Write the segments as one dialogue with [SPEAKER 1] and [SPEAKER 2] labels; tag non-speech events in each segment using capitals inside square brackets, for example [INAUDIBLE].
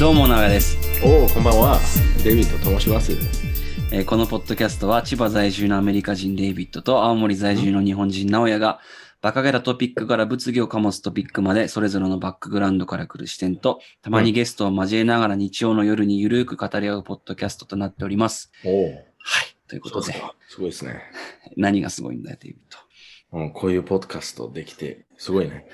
[SPEAKER 1] どうも、長屋です。
[SPEAKER 2] おおこんばんはデビッドと申します
[SPEAKER 1] えーこのポッドキャストは千葉在住のアメリカ人デイビッドと青森在住の日本人直哉がバカげたトピックから物議を醸すトピックまでそれぞれのバックグラウンドから来る視点とたまにゲストを交えながら日曜の夜にゆるーく語り合うポッドキャストとなっております。
[SPEAKER 2] おお
[SPEAKER 1] はい。ということ
[SPEAKER 2] そうです
[SPEAKER 1] で、
[SPEAKER 2] かすごいですね、
[SPEAKER 1] 何がすごいんだよ、デイビッド。
[SPEAKER 2] うん、こういうポッドキャストできてすご
[SPEAKER 1] [LAUGHS]
[SPEAKER 2] いね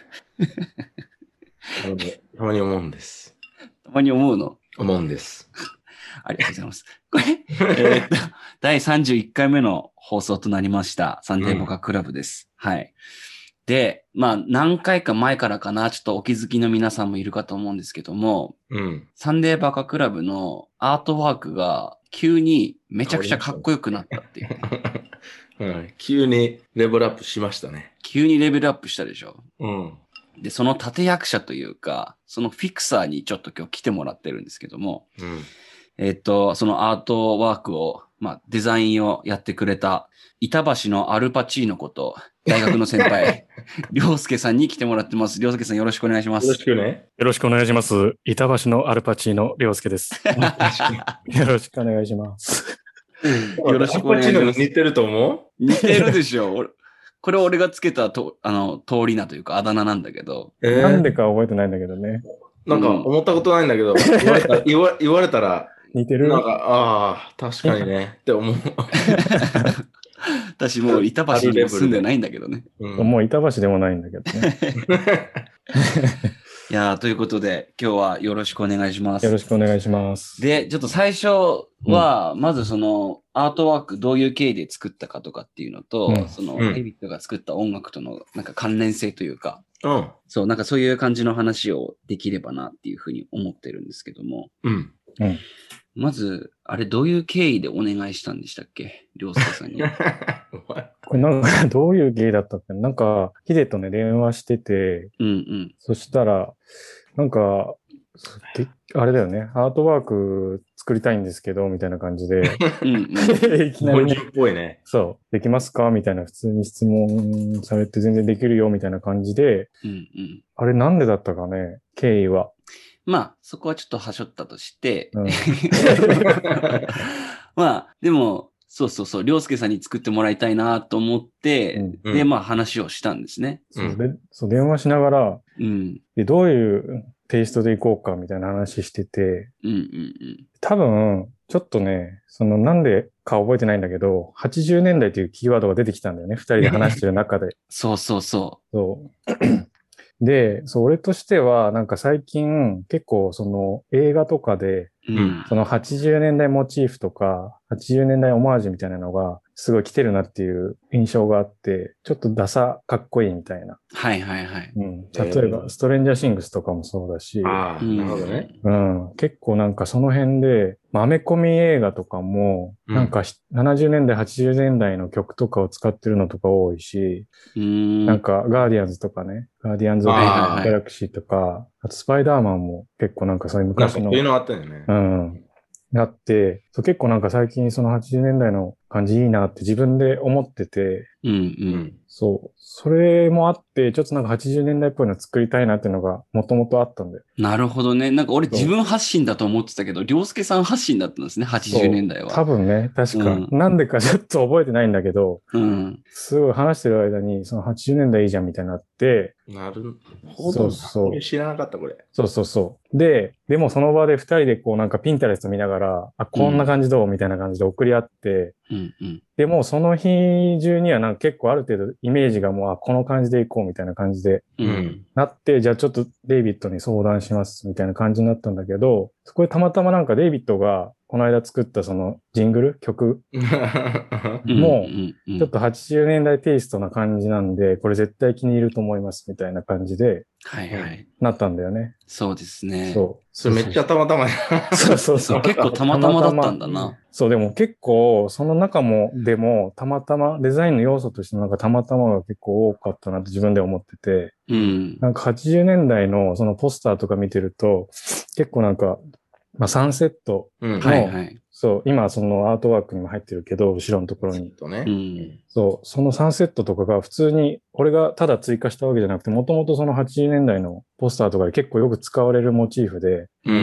[SPEAKER 2] たまにたまに思うんです
[SPEAKER 1] たまに思うの。
[SPEAKER 2] 思うんです
[SPEAKER 1] ありがとうございます。これ、えーっと、第31回目の放送となりました。サンデーボカクラブです。はい。で、まあ、何回か前からかな、ちょっとお気づきの皆さんもいるかと思うんですけども、
[SPEAKER 2] うん [LAUGHS]
[SPEAKER 1] サンデーバカクラブのアートワークが急にめちゃくちゃかっこよくなったって
[SPEAKER 2] [LAUGHS]
[SPEAKER 1] いうね、
[SPEAKER 2] はい、急にレベルアップしましたね。
[SPEAKER 1] 急にレベルアップしたでしょ。
[SPEAKER 2] うん。
[SPEAKER 1] で、その立役者というか、そのフィクサーにちょっと今日来てもらってるんですけども、
[SPEAKER 2] うん。
[SPEAKER 1] えっと、そのアートワークを、まあ、デザインをやってくれた、板橋のアルパチーノこと、大学の先輩、りょうすけさんに来てもらってます。りょうすけさんよろしくお願いします。
[SPEAKER 2] よろしくね。
[SPEAKER 3] よろしくお願いします。板橋のアルパチーノ涼介
[SPEAKER 2] [LAUGHS]
[SPEAKER 3] です。よろしくお願いします。
[SPEAKER 1] よろ
[SPEAKER 2] [LAUGHS]
[SPEAKER 1] しくお願いします
[SPEAKER 2] アルパチーノ似てると思
[SPEAKER 1] 似てるでしょ俺これ俺がつけたと、あの、通り名というかあだ名なんだけど、
[SPEAKER 2] う、えー
[SPEAKER 3] なんでか覚えてないんだけどね。
[SPEAKER 2] なんか思ったことないんだけど、言われた言わ言われたら、
[SPEAKER 3] 似てる
[SPEAKER 2] なんか、ああ、確かにね、って思う。
[SPEAKER 1] 私もう板橋にも住んでないんだけどね。
[SPEAKER 2] うん、
[SPEAKER 3] もう板橋でもないんだけどね。
[SPEAKER 1] いやーということで、今日はよろしくお願いします。
[SPEAKER 3] よろしくお願いします。
[SPEAKER 1] で、ちょっと最初は、まずそのアートワークどういう経緯で作ったかとかっていうのと、
[SPEAKER 3] うん
[SPEAKER 1] その
[SPEAKER 2] うん
[SPEAKER 1] デイビッドが作った音楽とのなんか関連性というか、
[SPEAKER 2] うん。
[SPEAKER 1] そう、なんかそういう感じの話をできればなっていうふうに思ってるん [LAUGHS] ですけども、
[SPEAKER 2] うん。
[SPEAKER 1] まず、あれどういう経緯でお願いしたんでしたっけりょうすけさん
[SPEAKER 2] [LAUGHS]
[SPEAKER 1] に。
[SPEAKER 2] お前
[SPEAKER 3] これなんかどういう芸だったっけなんか、ヒデとね、電話してて、
[SPEAKER 1] うんうん。
[SPEAKER 3] そしたら、なんか、であれだよね、アートワーク作りたいんですけど、みたいな感
[SPEAKER 2] [LAUGHS]
[SPEAKER 3] じで、
[SPEAKER 1] うんうん。
[SPEAKER 3] いきな
[SPEAKER 2] 本
[SPEAKER 3] り
[SPEAKER 2] 人っぽいね。
[SPEAKER 3] そう、できますかみたいな、普通に質問されて全然できるよ、みたいな感じで、
[SPEAKER 1] うんうん。
[SPEAKER 3] あれなんでだったかね、経緯は。
[SPEAKER 1] まあ、そこはちょっとはしょったと
[SPEAKER 3] [LAUGHS]
[SPEAKER 1] して、 [LAUGHS]
[SPEAKER 3] うん
[SPEAKER 1] まあ、でも、そうそうそう、りょうすけさんに作ってもらいたいなと思って、
[SPEAKER 3] うん
[SPEAKER 2] うん
[SPEAKER 1] で、まあ話をしたんですね。
[SPEAKER 3] そう
[SPEAKER 2] うん
[SPEAKER 3] でそう電話しながら
[SPEAKER 1] うん。
[SPEAKER 3] で、どういうテイストでいこうかみたいな話してて、
[SPEAKER 1] うんうん
[SPEAKER 3] 多分、ちょっとね、そのなんでか覚えてないんだけど、80年代というキーワードが出てきたんだよね、二人で話してる中で。
[SPEAKER 1] そうそうそ
[SPEAKER 3] そう。で、そう、俺としては、なんか最近、結構その映画とかで、
[SPEAKER 1] う。う
[SPEAKER 2] うんん。
[SPEAKER 3] その80年代モチーフとか、80年代オマージュみたいなのが、すごい来てるなっていう印象があって、ちょっとダサ、かっこいいみたいな。
[SPEAKER 1] はいはいはい。
[SPEAKER 3] うん。例えば、ストレンジャーシングスとかもそうだし、
[SPEAKER 2] ああ、なるほどね。
[SPEAKER 3] うん、結構なんかその辺で、まあアメコミ映画とかも、
[SPEAKER 2] うん
[SPEAKER 3] なんかし70年代、80年代の曲とかを使ってるのとか多いし、
[SPEAKER 1] うん。うーん
[SPEAKER 3] なんかガーディアンズとかね、ガーディアンズ・オブ・ギ
[SPEAKER 2] あ
[SPEAKER 1] ー
[SPEAKER 3] ャラクシーとか、あとスパイダーマンも結構なんかそういう
[SPEAKER 2] なんかそ
[SPEAKER 3] 昔の
[SPEAKER 2] う、いうのあったよね
[SPEAKER 3] う。ん、があってそう、結構なんか最近その80年代の感じいいなって自分で思ってて、
[SPEAKER 1] うんう
[SPEAKER 2] う
[SPEAKER 1] ん。。
[SPEAKER 3] そう、それもあって、ちょっとなんか80年代っぽいの作りたいなっていうのがもともとあったんだよ。
[SPEAKER 1] なるほどね。なんか俺自分発信だと思ってたけど、りょうすけさん発信だったんですね、80年代
[SPEAKER 3] 多
[SPEAKER 1] は。
[SPEAKER 3] 分ね、確か。
[SPEAKER 1] うん
[SPEAKER 3] なんでかちょっと覚えてないんだけど、
[SPEAKER 1] うん。
[SPEAKER 3] すごい話してる間に、その80年代いいじゃんみたいになって、
[SPEAKER 2] なるほ
[SPEAKER 3] そ
[SPEAKER 2] ど。
[SPEAKER 3] うそう
[SPEAKER 2] これ知らなかった、これ。
[SPEAKER 3] そうそうそう。で、でもその場で2人でこうなんかピンタレスト見ながら、あ、こんな感じどうみたいな感じで送り合って、
[SPEAKER 1] うんうん。
[SPEAKER 3] でもうその日中にはなんか結構ある程度イメージがもう、あ、この感じでいこうみたいな感じで
[SPEAKER 1] う。。
[SPEAKER 2] うん
[SPEAKER 3] なって、じゃあちょっとデイビッドに相談しますみたいな感じになったんだけど、そこでたまたまなんかデイビッドがこの間作ったそのジングル曲
[SPEAKER 1] うん
[SPEAKER 3] もう
[SPEAKER 1] うんうん
[SPEAKER 3] ちょっと80年代テイストな感じなんで、これ絶対気に入ると思いますみたいな感じで
[SPEAKER 1] はいはい。
[SPEAKER 3] なったんだよね。
[SPEAKER 1] そうですね。
[SPEAKER 3] そう。
[SPEAKER 2] [LAUGHS] それめっちゃたまたまや。
[SPEAKER 3] そうそ
[SPEAKER 1] そ
[SPEAKER 3] うそうう。
[SPEAKER 1] 結構たまたまだったんだな。
[SPEAKER 3] そう、でも結構、その中も、でも、たまたま、デザインの要素としてなんかたまたまが結構多かったなって自分では思ってて、
[SPEAKER 1] うん。
[SPEAKER 3] なんか80年代のそのポスターとか見てると、結構なんか、まあサンセット
[SPEAKER 2] うん
[SPEAKER 3] は
[SPEAKER 1] はいいはい。
[SPEAKER 3] そう、今そのアートワークにも入ってるけど、後ろのところに。
[SPEAKER 2] とね
[SPEAKER 1] う。ん。
[SPEAKER 3] そう、そのサンセットとかが普通に、俺がただ追加したわけじゃなくて、もともとその80年代のポスターとかで結構よく使われるモチーフで、
[SPEAKER 2] う。
[SPEAKER 1] うん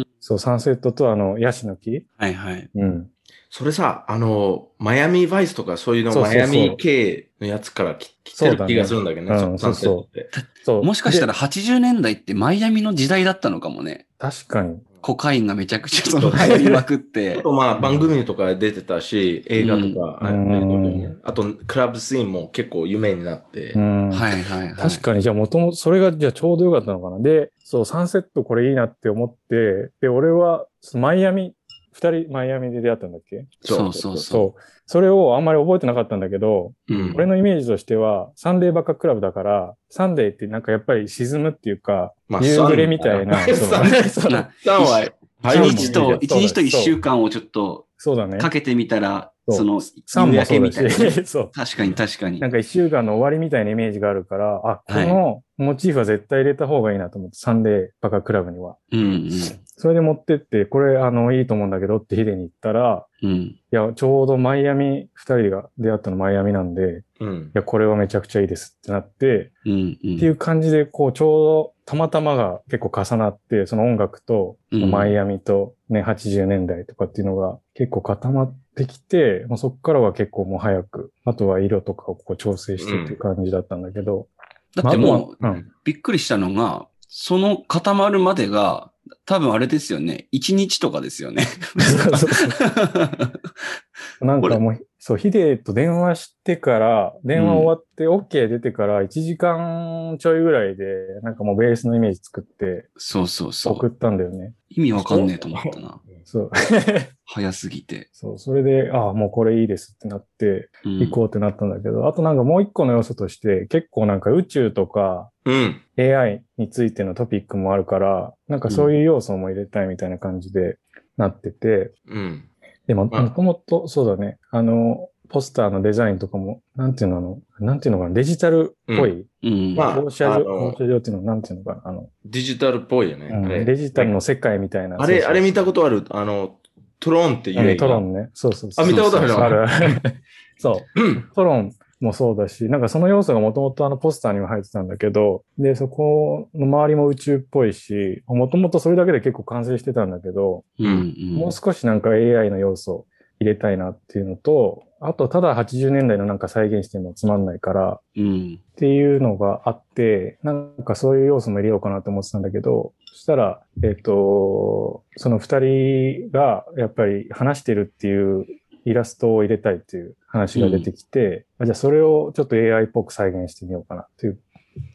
[SPEAKER 1] ん。
[SPEAKER 3] そう、サンセットとあの、ヤシの木
[SPEAKER 1] はいはい。
[SPEAKER 3] うん。
[SPEAKER 2] それさ、あの、マイアミバイスとかそういうの、
[SPEAKER 3] そうそう
[SPEAKER 2] マ
[SPEAKER 3] そう
[SPEAKER 2] イアミ系のやつからき来て
[SPEAKER 3] そう
[SPEAKER 2] る
[SPEAKER 3] だね
[SPEAKER 2] 気がするんだけど
[SPEAKER 3] う
[SPEAKER 2] ね、
[SPEAKER 3] ん
[SPEAKER 2] サン
[SPEAKER 3] そう
[SPEAKER 2] サンセッ
[SPEAKER 3] そ
[SPEAKER 2] トって。
[SPEAKER 3] そう。
[SPEAKER 1] もしかしたら
[SPEAKER 3] で。
[SPEAKER 1] 80年代ってマイアミの時代だったのかもね。
[SPEAKER 3] 確かに。
[SPEAKER 1] コカインがめちゃくちゃその
[SPEAKER 2] そう
[SPEAKER 1] 入りまくっ
[SPEAKER 2] あ
[SPEAKER 1] て
[SPEAKER 2] と。まあ番組とか出てたし、映画とか、あ
[SPEAKER 3] うん
[SPEAKER 2] あいうのとか
[SPEAKER 3] う
[SPEAKER 2] ねあとクラブシーンも結構有名になって
[SPEAKER 3] う、ん。
[SPEAKER 1] はいはいはい。
[SPEAKER 3] 確かに、じゃあもとも、それがじゃあちょうどよかったのかな。で、そう、サンセットこれいいなって思って、で、俺は、そのマイアミ、二人マイアミで出会ったんだっけ
[SPEAKER 1] そうそうそう
[SPEAKER 3] そう。それをあんまり覚えてなかったんだけど、
[SPEAKER 2] うん
[SPEAKER 3] 俺のイメージとしては、サンデーバカクラブだから、サンデーってなんかやっぱり沈むっていうか、
[SPEAKER 2] ま
[SPEAKER 3] 夕暮れみたいな。
[SPEAKER 2] サン
[SPEAKER 3] そう
[SPEAKER 2] サン
[SPEAKER 3] [LAUGHS] そう
[SPEAKER 1] な
[SPEAKER 2] サンは、
[SPEAKER 1] 一
[SPEAKER 3] はい
[SPEAKER 1] 日と、一日と一週間をちょっと
[SPEAKER 3] そうだね。
[SPEAKER 1] かけてみたら、
[SPEAKER 3] そう
[SPEAKER 1] その、
[SPEAKER 3] サンもそう
[SPEAKER 1] 夕焼け
[SPEAKER 3] だ
[SPEAKER 1] みたいな
[SPEAKER 3] し、 [LAUGHS] そう。
[SPEAKER 1] 確かに確かに
[SPEAKER 3] な。んか一週間の終わりみたいなイメージがあるから、あ、このモチーフは絶対入れた方がいいなと思って、サンデーバカクラブには。
[SPEAKER 1] うん
[SPEAKER 3] それで持ってって、これ、あの、いいと思うんだけどってヒデに言ったら、
[SPEAKER 1] うん。うん。
[SPEAKER 3] いや、ちょうどマイアミ、二人が出会ったのマイアミなんで、
[SPEAKER 2] うん
[SPEAKER 3] い。や、これはめちゃくちゃいいですってなって、
[SPEAKER 1] うん。うん
[SPEAKER 3] っていう感じで、こう、ちょうど、たまたまが結構重なって、その音楽と、
[SPEAKER 1] うん
[SPEAKER 3] マイアミと、ね、80年代とかっていうのが結構固まってきて、もうそっからは結構もう早く、あとは色とかをこう調整してっていう感じだったんだけど、
[SPEAKER 1] だって
[SPEAKER 3] まああ
[SPEAKER 1] もう
[SPEAKER 3] と、はうん、
[SPEAKER 1] びっくりしたのが、その固まるまでが、多分あれですよね。一日とかですよね。
[SPEAKER 3] そうそうなんかもう、そう、ヒデと電話してから、電話終わって、OK 出てから、1時間ちょいぐらいで、なんかもうベースのイメージ作って、
[SPEAKER 1] [LAUGHS] そうそうそ
[SPEAKER 3] 送っ
[SPEAKER 1] う。
[SPEAKER 3] たんだよね。
[SPEAKER 1] 意味わかんねえと思ったな。
[SPEAKER 3] そう。
[SPEAKER 1] 早すぎて。
[SPEAKER 3] そう、それで、ああ、もうこれいいですってなって、
[SPEAKER 1] うん
[SPEAKER 3] 行こうってなったんだけど、あとなんかもう一個の要素として、結構なんか宇宙とか、
[SPEAKER 2] うん。
[SPEAKER 3] AI についてのトピックもあるから、なんかそういう要素も入れたいみたいな感じでなってて、
[SPEAKER 2] うん。
[SPEAKER 3] でも、も
[SPEAKER 2] まあ
[SPEAKER 3] ともと、そうだね。あの、ポスターのデザインとかも、なんていうの、あの、なんていうのかな、デジタルっぽい。
[SPEAKER 1] うん。
[SPEAKER 2] まあ
[SPEAKER 3] 放射
[SPEAKER 2] あ
[SPEAKER 3] 状、
[SPEAKER 2] の
[SPEAKER 3] 放射状っていうのは、なんていうのかな、あの、
[SPEAKER 2] デジタルっぽいよね。
[SPEAKER 3] うん
[SPEAKER 2] あれ
[SPEAKER 3] デジタルの世界みたいな。
[SPEAKER 2] あれ、
[SPEAKER 3] そうそうそう
[SPEAKER 2] あれ見たことあるあの、トロンっていう
[SPEAKER 3] あ
[SPEAKER 2] 映
[SPEAKER 3] の
[SPEAKER 2] 画。
[SPEAKER 3] トロンね。そうそうそう。
[SPEAKER 2] あ見たことある
[SPEAKER 3] そうそうそうある
[SPEAKER 2] [LAUGHS]
[SPEAKER 3] そう。トロンもそうだし、なんかその要素がもともとあのポスターにも入ってたんだけど、で、そこの周りも宇宙っぽいし、もともとそれだけで結構完成してたんだけど、
[SPEAKER 1] うん
[SPEAKER 3] もう少しなんか AI の要素入れたいなっていうのと、あとただ80年代のなんか再現してもつまんないからっ
[SPEAKER 1] うん。うん。
[SPEAKER 3] ていうのがあって、なんかそういう要素も入れようかなと思ってたんだけど、そしたら、えっ、と、その二人がやっぱり話してるっていうイラストを入れたいっていう話が出てきて、あじゃあそれをちょっと AI っぽく再現してみようかなっていう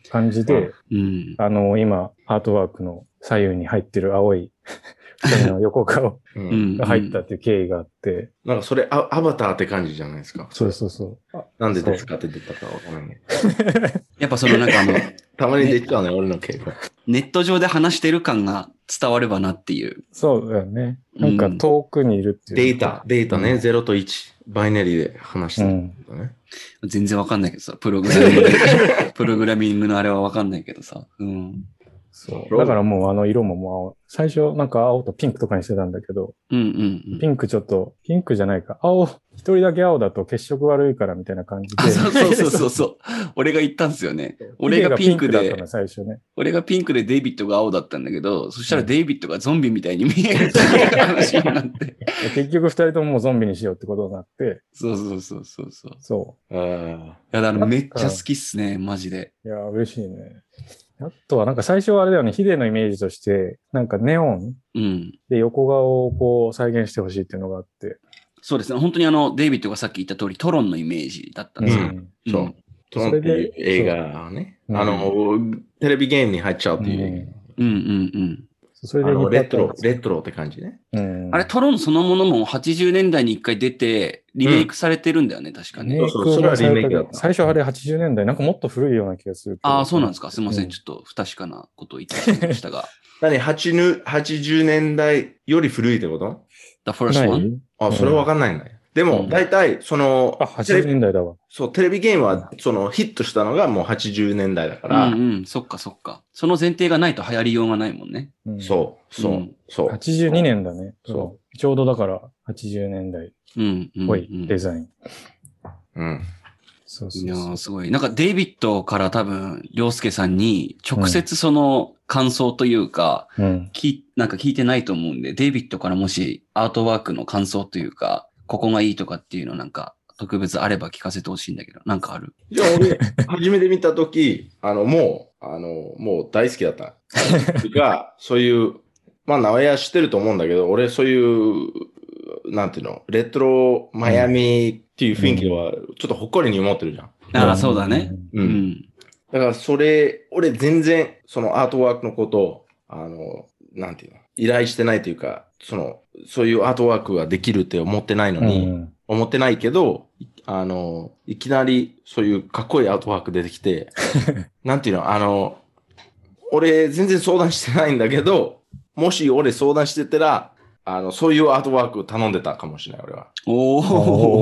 [SPEAKER 3] 感じで、
[SPEAKER 1] うん。
[SPEAKER 3] あの、今、アートワークの左右に入ってる青い [LAUGHS] 二人の横顔
[SPEAKER 2] う。
[SPEAKER 1] うんん。
[SPEAKER 3] が入ったっていう経緯があって、
[SPEAKER 2] なんかそれア、アバターって感じじゃないですか。
[SPEAKER 3] そうそうそう。
[SPEAKER 2] なんでですかって出たかわからない。
[SPEAKER 1] やっぱそのなん
[SPEAKER 3] [LAUGHS]
[SPEAKER 1] かあの、
[SPEAKER 2] たまに出ちゃうね、俺の敬語。
[SPEAKER 1] ネット上で話してる感が伝わればなっていう。
[SPEAKER 3] そうだよね。なんか遠くにいるっていう。
[SPEAKER 2] データ、データね、0と1、バイナリーで話して
[SPEAKER 3] う
[SPEAKER 2] るん
[SPEAKER 3] ん。
[SPEAKER 2] だね。
[SPEAKER 1] 全然わかんないけどさ、プログラ
[SPEAKER 3] [LAUGHS]
[SPEAKER 1] ミング、プログラミングのあれはわかんないけどさ。うん。
[SPEAKER 3] そう。だからもうあの色ももう青。最初なんか青とピンクとかにしてたんだけど、
[SPEAKER 1] うんうんう
[SPEAKER 3] ピ
[SPEAKER 1] ん。
[SPEAKER 3] ンクちょっと、ピンクじゃないか。青、一人だけ青だと血色悪いからみたいな感じで
[SPEAKER 1] あ、。そうそうそうそうそう。俺が言ったんですよね。俺がピンク
[SPEAKER 3] だった
[SPEAKER 1] で
[SPEAKER 3] の、最初ね。
[SPEAKER 1] 俺がピンクでデイビッドが青だったんだけど、そしたらデイビッドがゾンビみたいに見えるっていう [LAUGHS] 話になって。
[SPEAKER 3] 結局二人とももうゾンビにしようってことになって、
[SPEAKER 1] そうそうそうそうそう。い
[SPEAKER 3] そ
[SPEAKER 2] あ
[SPEAKER 1] や、だからめっちゃ好きっすね、マジで。
[SPEAKER 3] う。いや、嬉しいね。あとはなんか最初はあれだよね、ヒデのイメージとして、なんかネオン
[SPEAKER 1] うん。
[SPEAKER 3] で横顔をこう再現してほしいっていうのがあって。
[SPEAKER 1] そうですね。本当にあの、デイビッドがさっき言った通り、トロンのイメージだったんですよ。
[SPEAKER 2] んそうトロンっていう映画ね。
[SPEAKER 3] それで
[SPEAKER 2] あの、テレビゲームに入っちゃうっていうう。
[SPEAKER 1] うん。うんうん
[SPEAKER 3] それ
[SPEAKER 2] あ
[SPEAKER 3] で
[SPEAKER 2] のレトロ、レ
[SPEAKER 3] レ
[SPEAKER 2] トロって感じね。
[SPEAKER 1] うん。あれ、トロンそのものも80年代に一回出て、リメイクされてるんだよね、確かね。
[SPEAKER 2] ねそうそうそれはリメイクだった
[SPEAKER 3] 最初あれ80年代、なんかもっと古いような気がするけど。
[SPEAKER 1] ああ、そうなんですか。すいませ
[SPEAKER 3] うん
[SPEAKER 1] ん。ちょっと不確かなことを言ってしまいました [LAUGHS] が。
[SPEAKER 2] 何 80, 80年代より古いってこと
[SPEAKER 1] The
[SPEAKER 3] な
[SPEAKER 1] first
[SPEAKER 3] い
[SPEAKER 1] one?
[SPEAKER 2] あ、それはわかんないんだよ。で
[SPEAKER 1] う
[SPEAKER 2] も
[SPEAKER 1] ん、
[SPEAKER 2] 大体、その
[SPEAKER 3] あ、、
[SPEAKER 2] テレ
[SPEAKER 3] 80
[SPEAKER 2] ビ、
[SPEAKER 3] 年代だわ。
[SPEAKER 2] そう、テレビゲームは、その、ヒットしたのがもう80年代だか
[SPEAKER 1] う
[SPEAKER 2] ら、
[SPEAKER 1] んうん、そっかそっか。その前提がないと流行りようがないもんね。
[SPEAKER 3] うん、
[SPEAKER 2] そう、そう、
[SPEAKER 1] うん
[SPEAKER 2] そう。
[SPEAKER 3] 82年だね。
[SPEAKER 2] そう
[SPEAKER 3] そう。ちょうどだから80年代っ
[SPEAKER 1] うん、うん。
[SPEAKER 3] ぽ
[SPEAKER 1] うん
[SPEAKER 3] いデザイン。
[SPEAKER 2] うん。
[SPEAKER 3] そうそ
[SPEAKER 1] いうや
[SPEAKER 3] そう
[SPEAKER 1] ー、すごい。なんか、デイビッドから多分、良介さんに、直接その感想というか、
[SPEAKER 3] うん。
[SPEAKER 1] き、なんか聞いてないと思うんで、デイビッドからもし、アートワークの感想というか、ここがいいとかっていうのなんか、特別あれば聞かせてほしいんだけど、なんかある。
[SPEAKER 2] じゃあ、俺、初めて見たとき、あの、もう、あの、もう大好きだった。が、そういう、まあ、名古屋知ってると思うんだけど、俺、そういう、なんていうの、レトロマイアミっていう雰囲気は、ちょっと誇りに思ってるじゃん。
[SPEAKER 1] ああ、そうだね。。
[SPEAKER 2] う。
[SPEAKER 1] うんん。
[SPEAKER 2] だから、それ、俺、全然、そのアートワークのことを、あの、なんていうの、依頼してないというか、その、そういうアートワークができるって思ってないの
[SPEAKER 3] う
[SPEAKER 2] に、
[SPEAKER 3] ん。
[SPEAKER 2] 思ってないけど、いあの、いきなりそういうかっこいいアートワーク出てき
[SPEAKER 1] [LAUGHS]
[SPEAKER 2] て、なんていうの、あの、俺全然相談してないんだけど、もし俺相談してたら、あの、そういうアートワーク頼んでたかもしれない、俺は。
[SPEAKER 1] お
[SPEAKER 3] お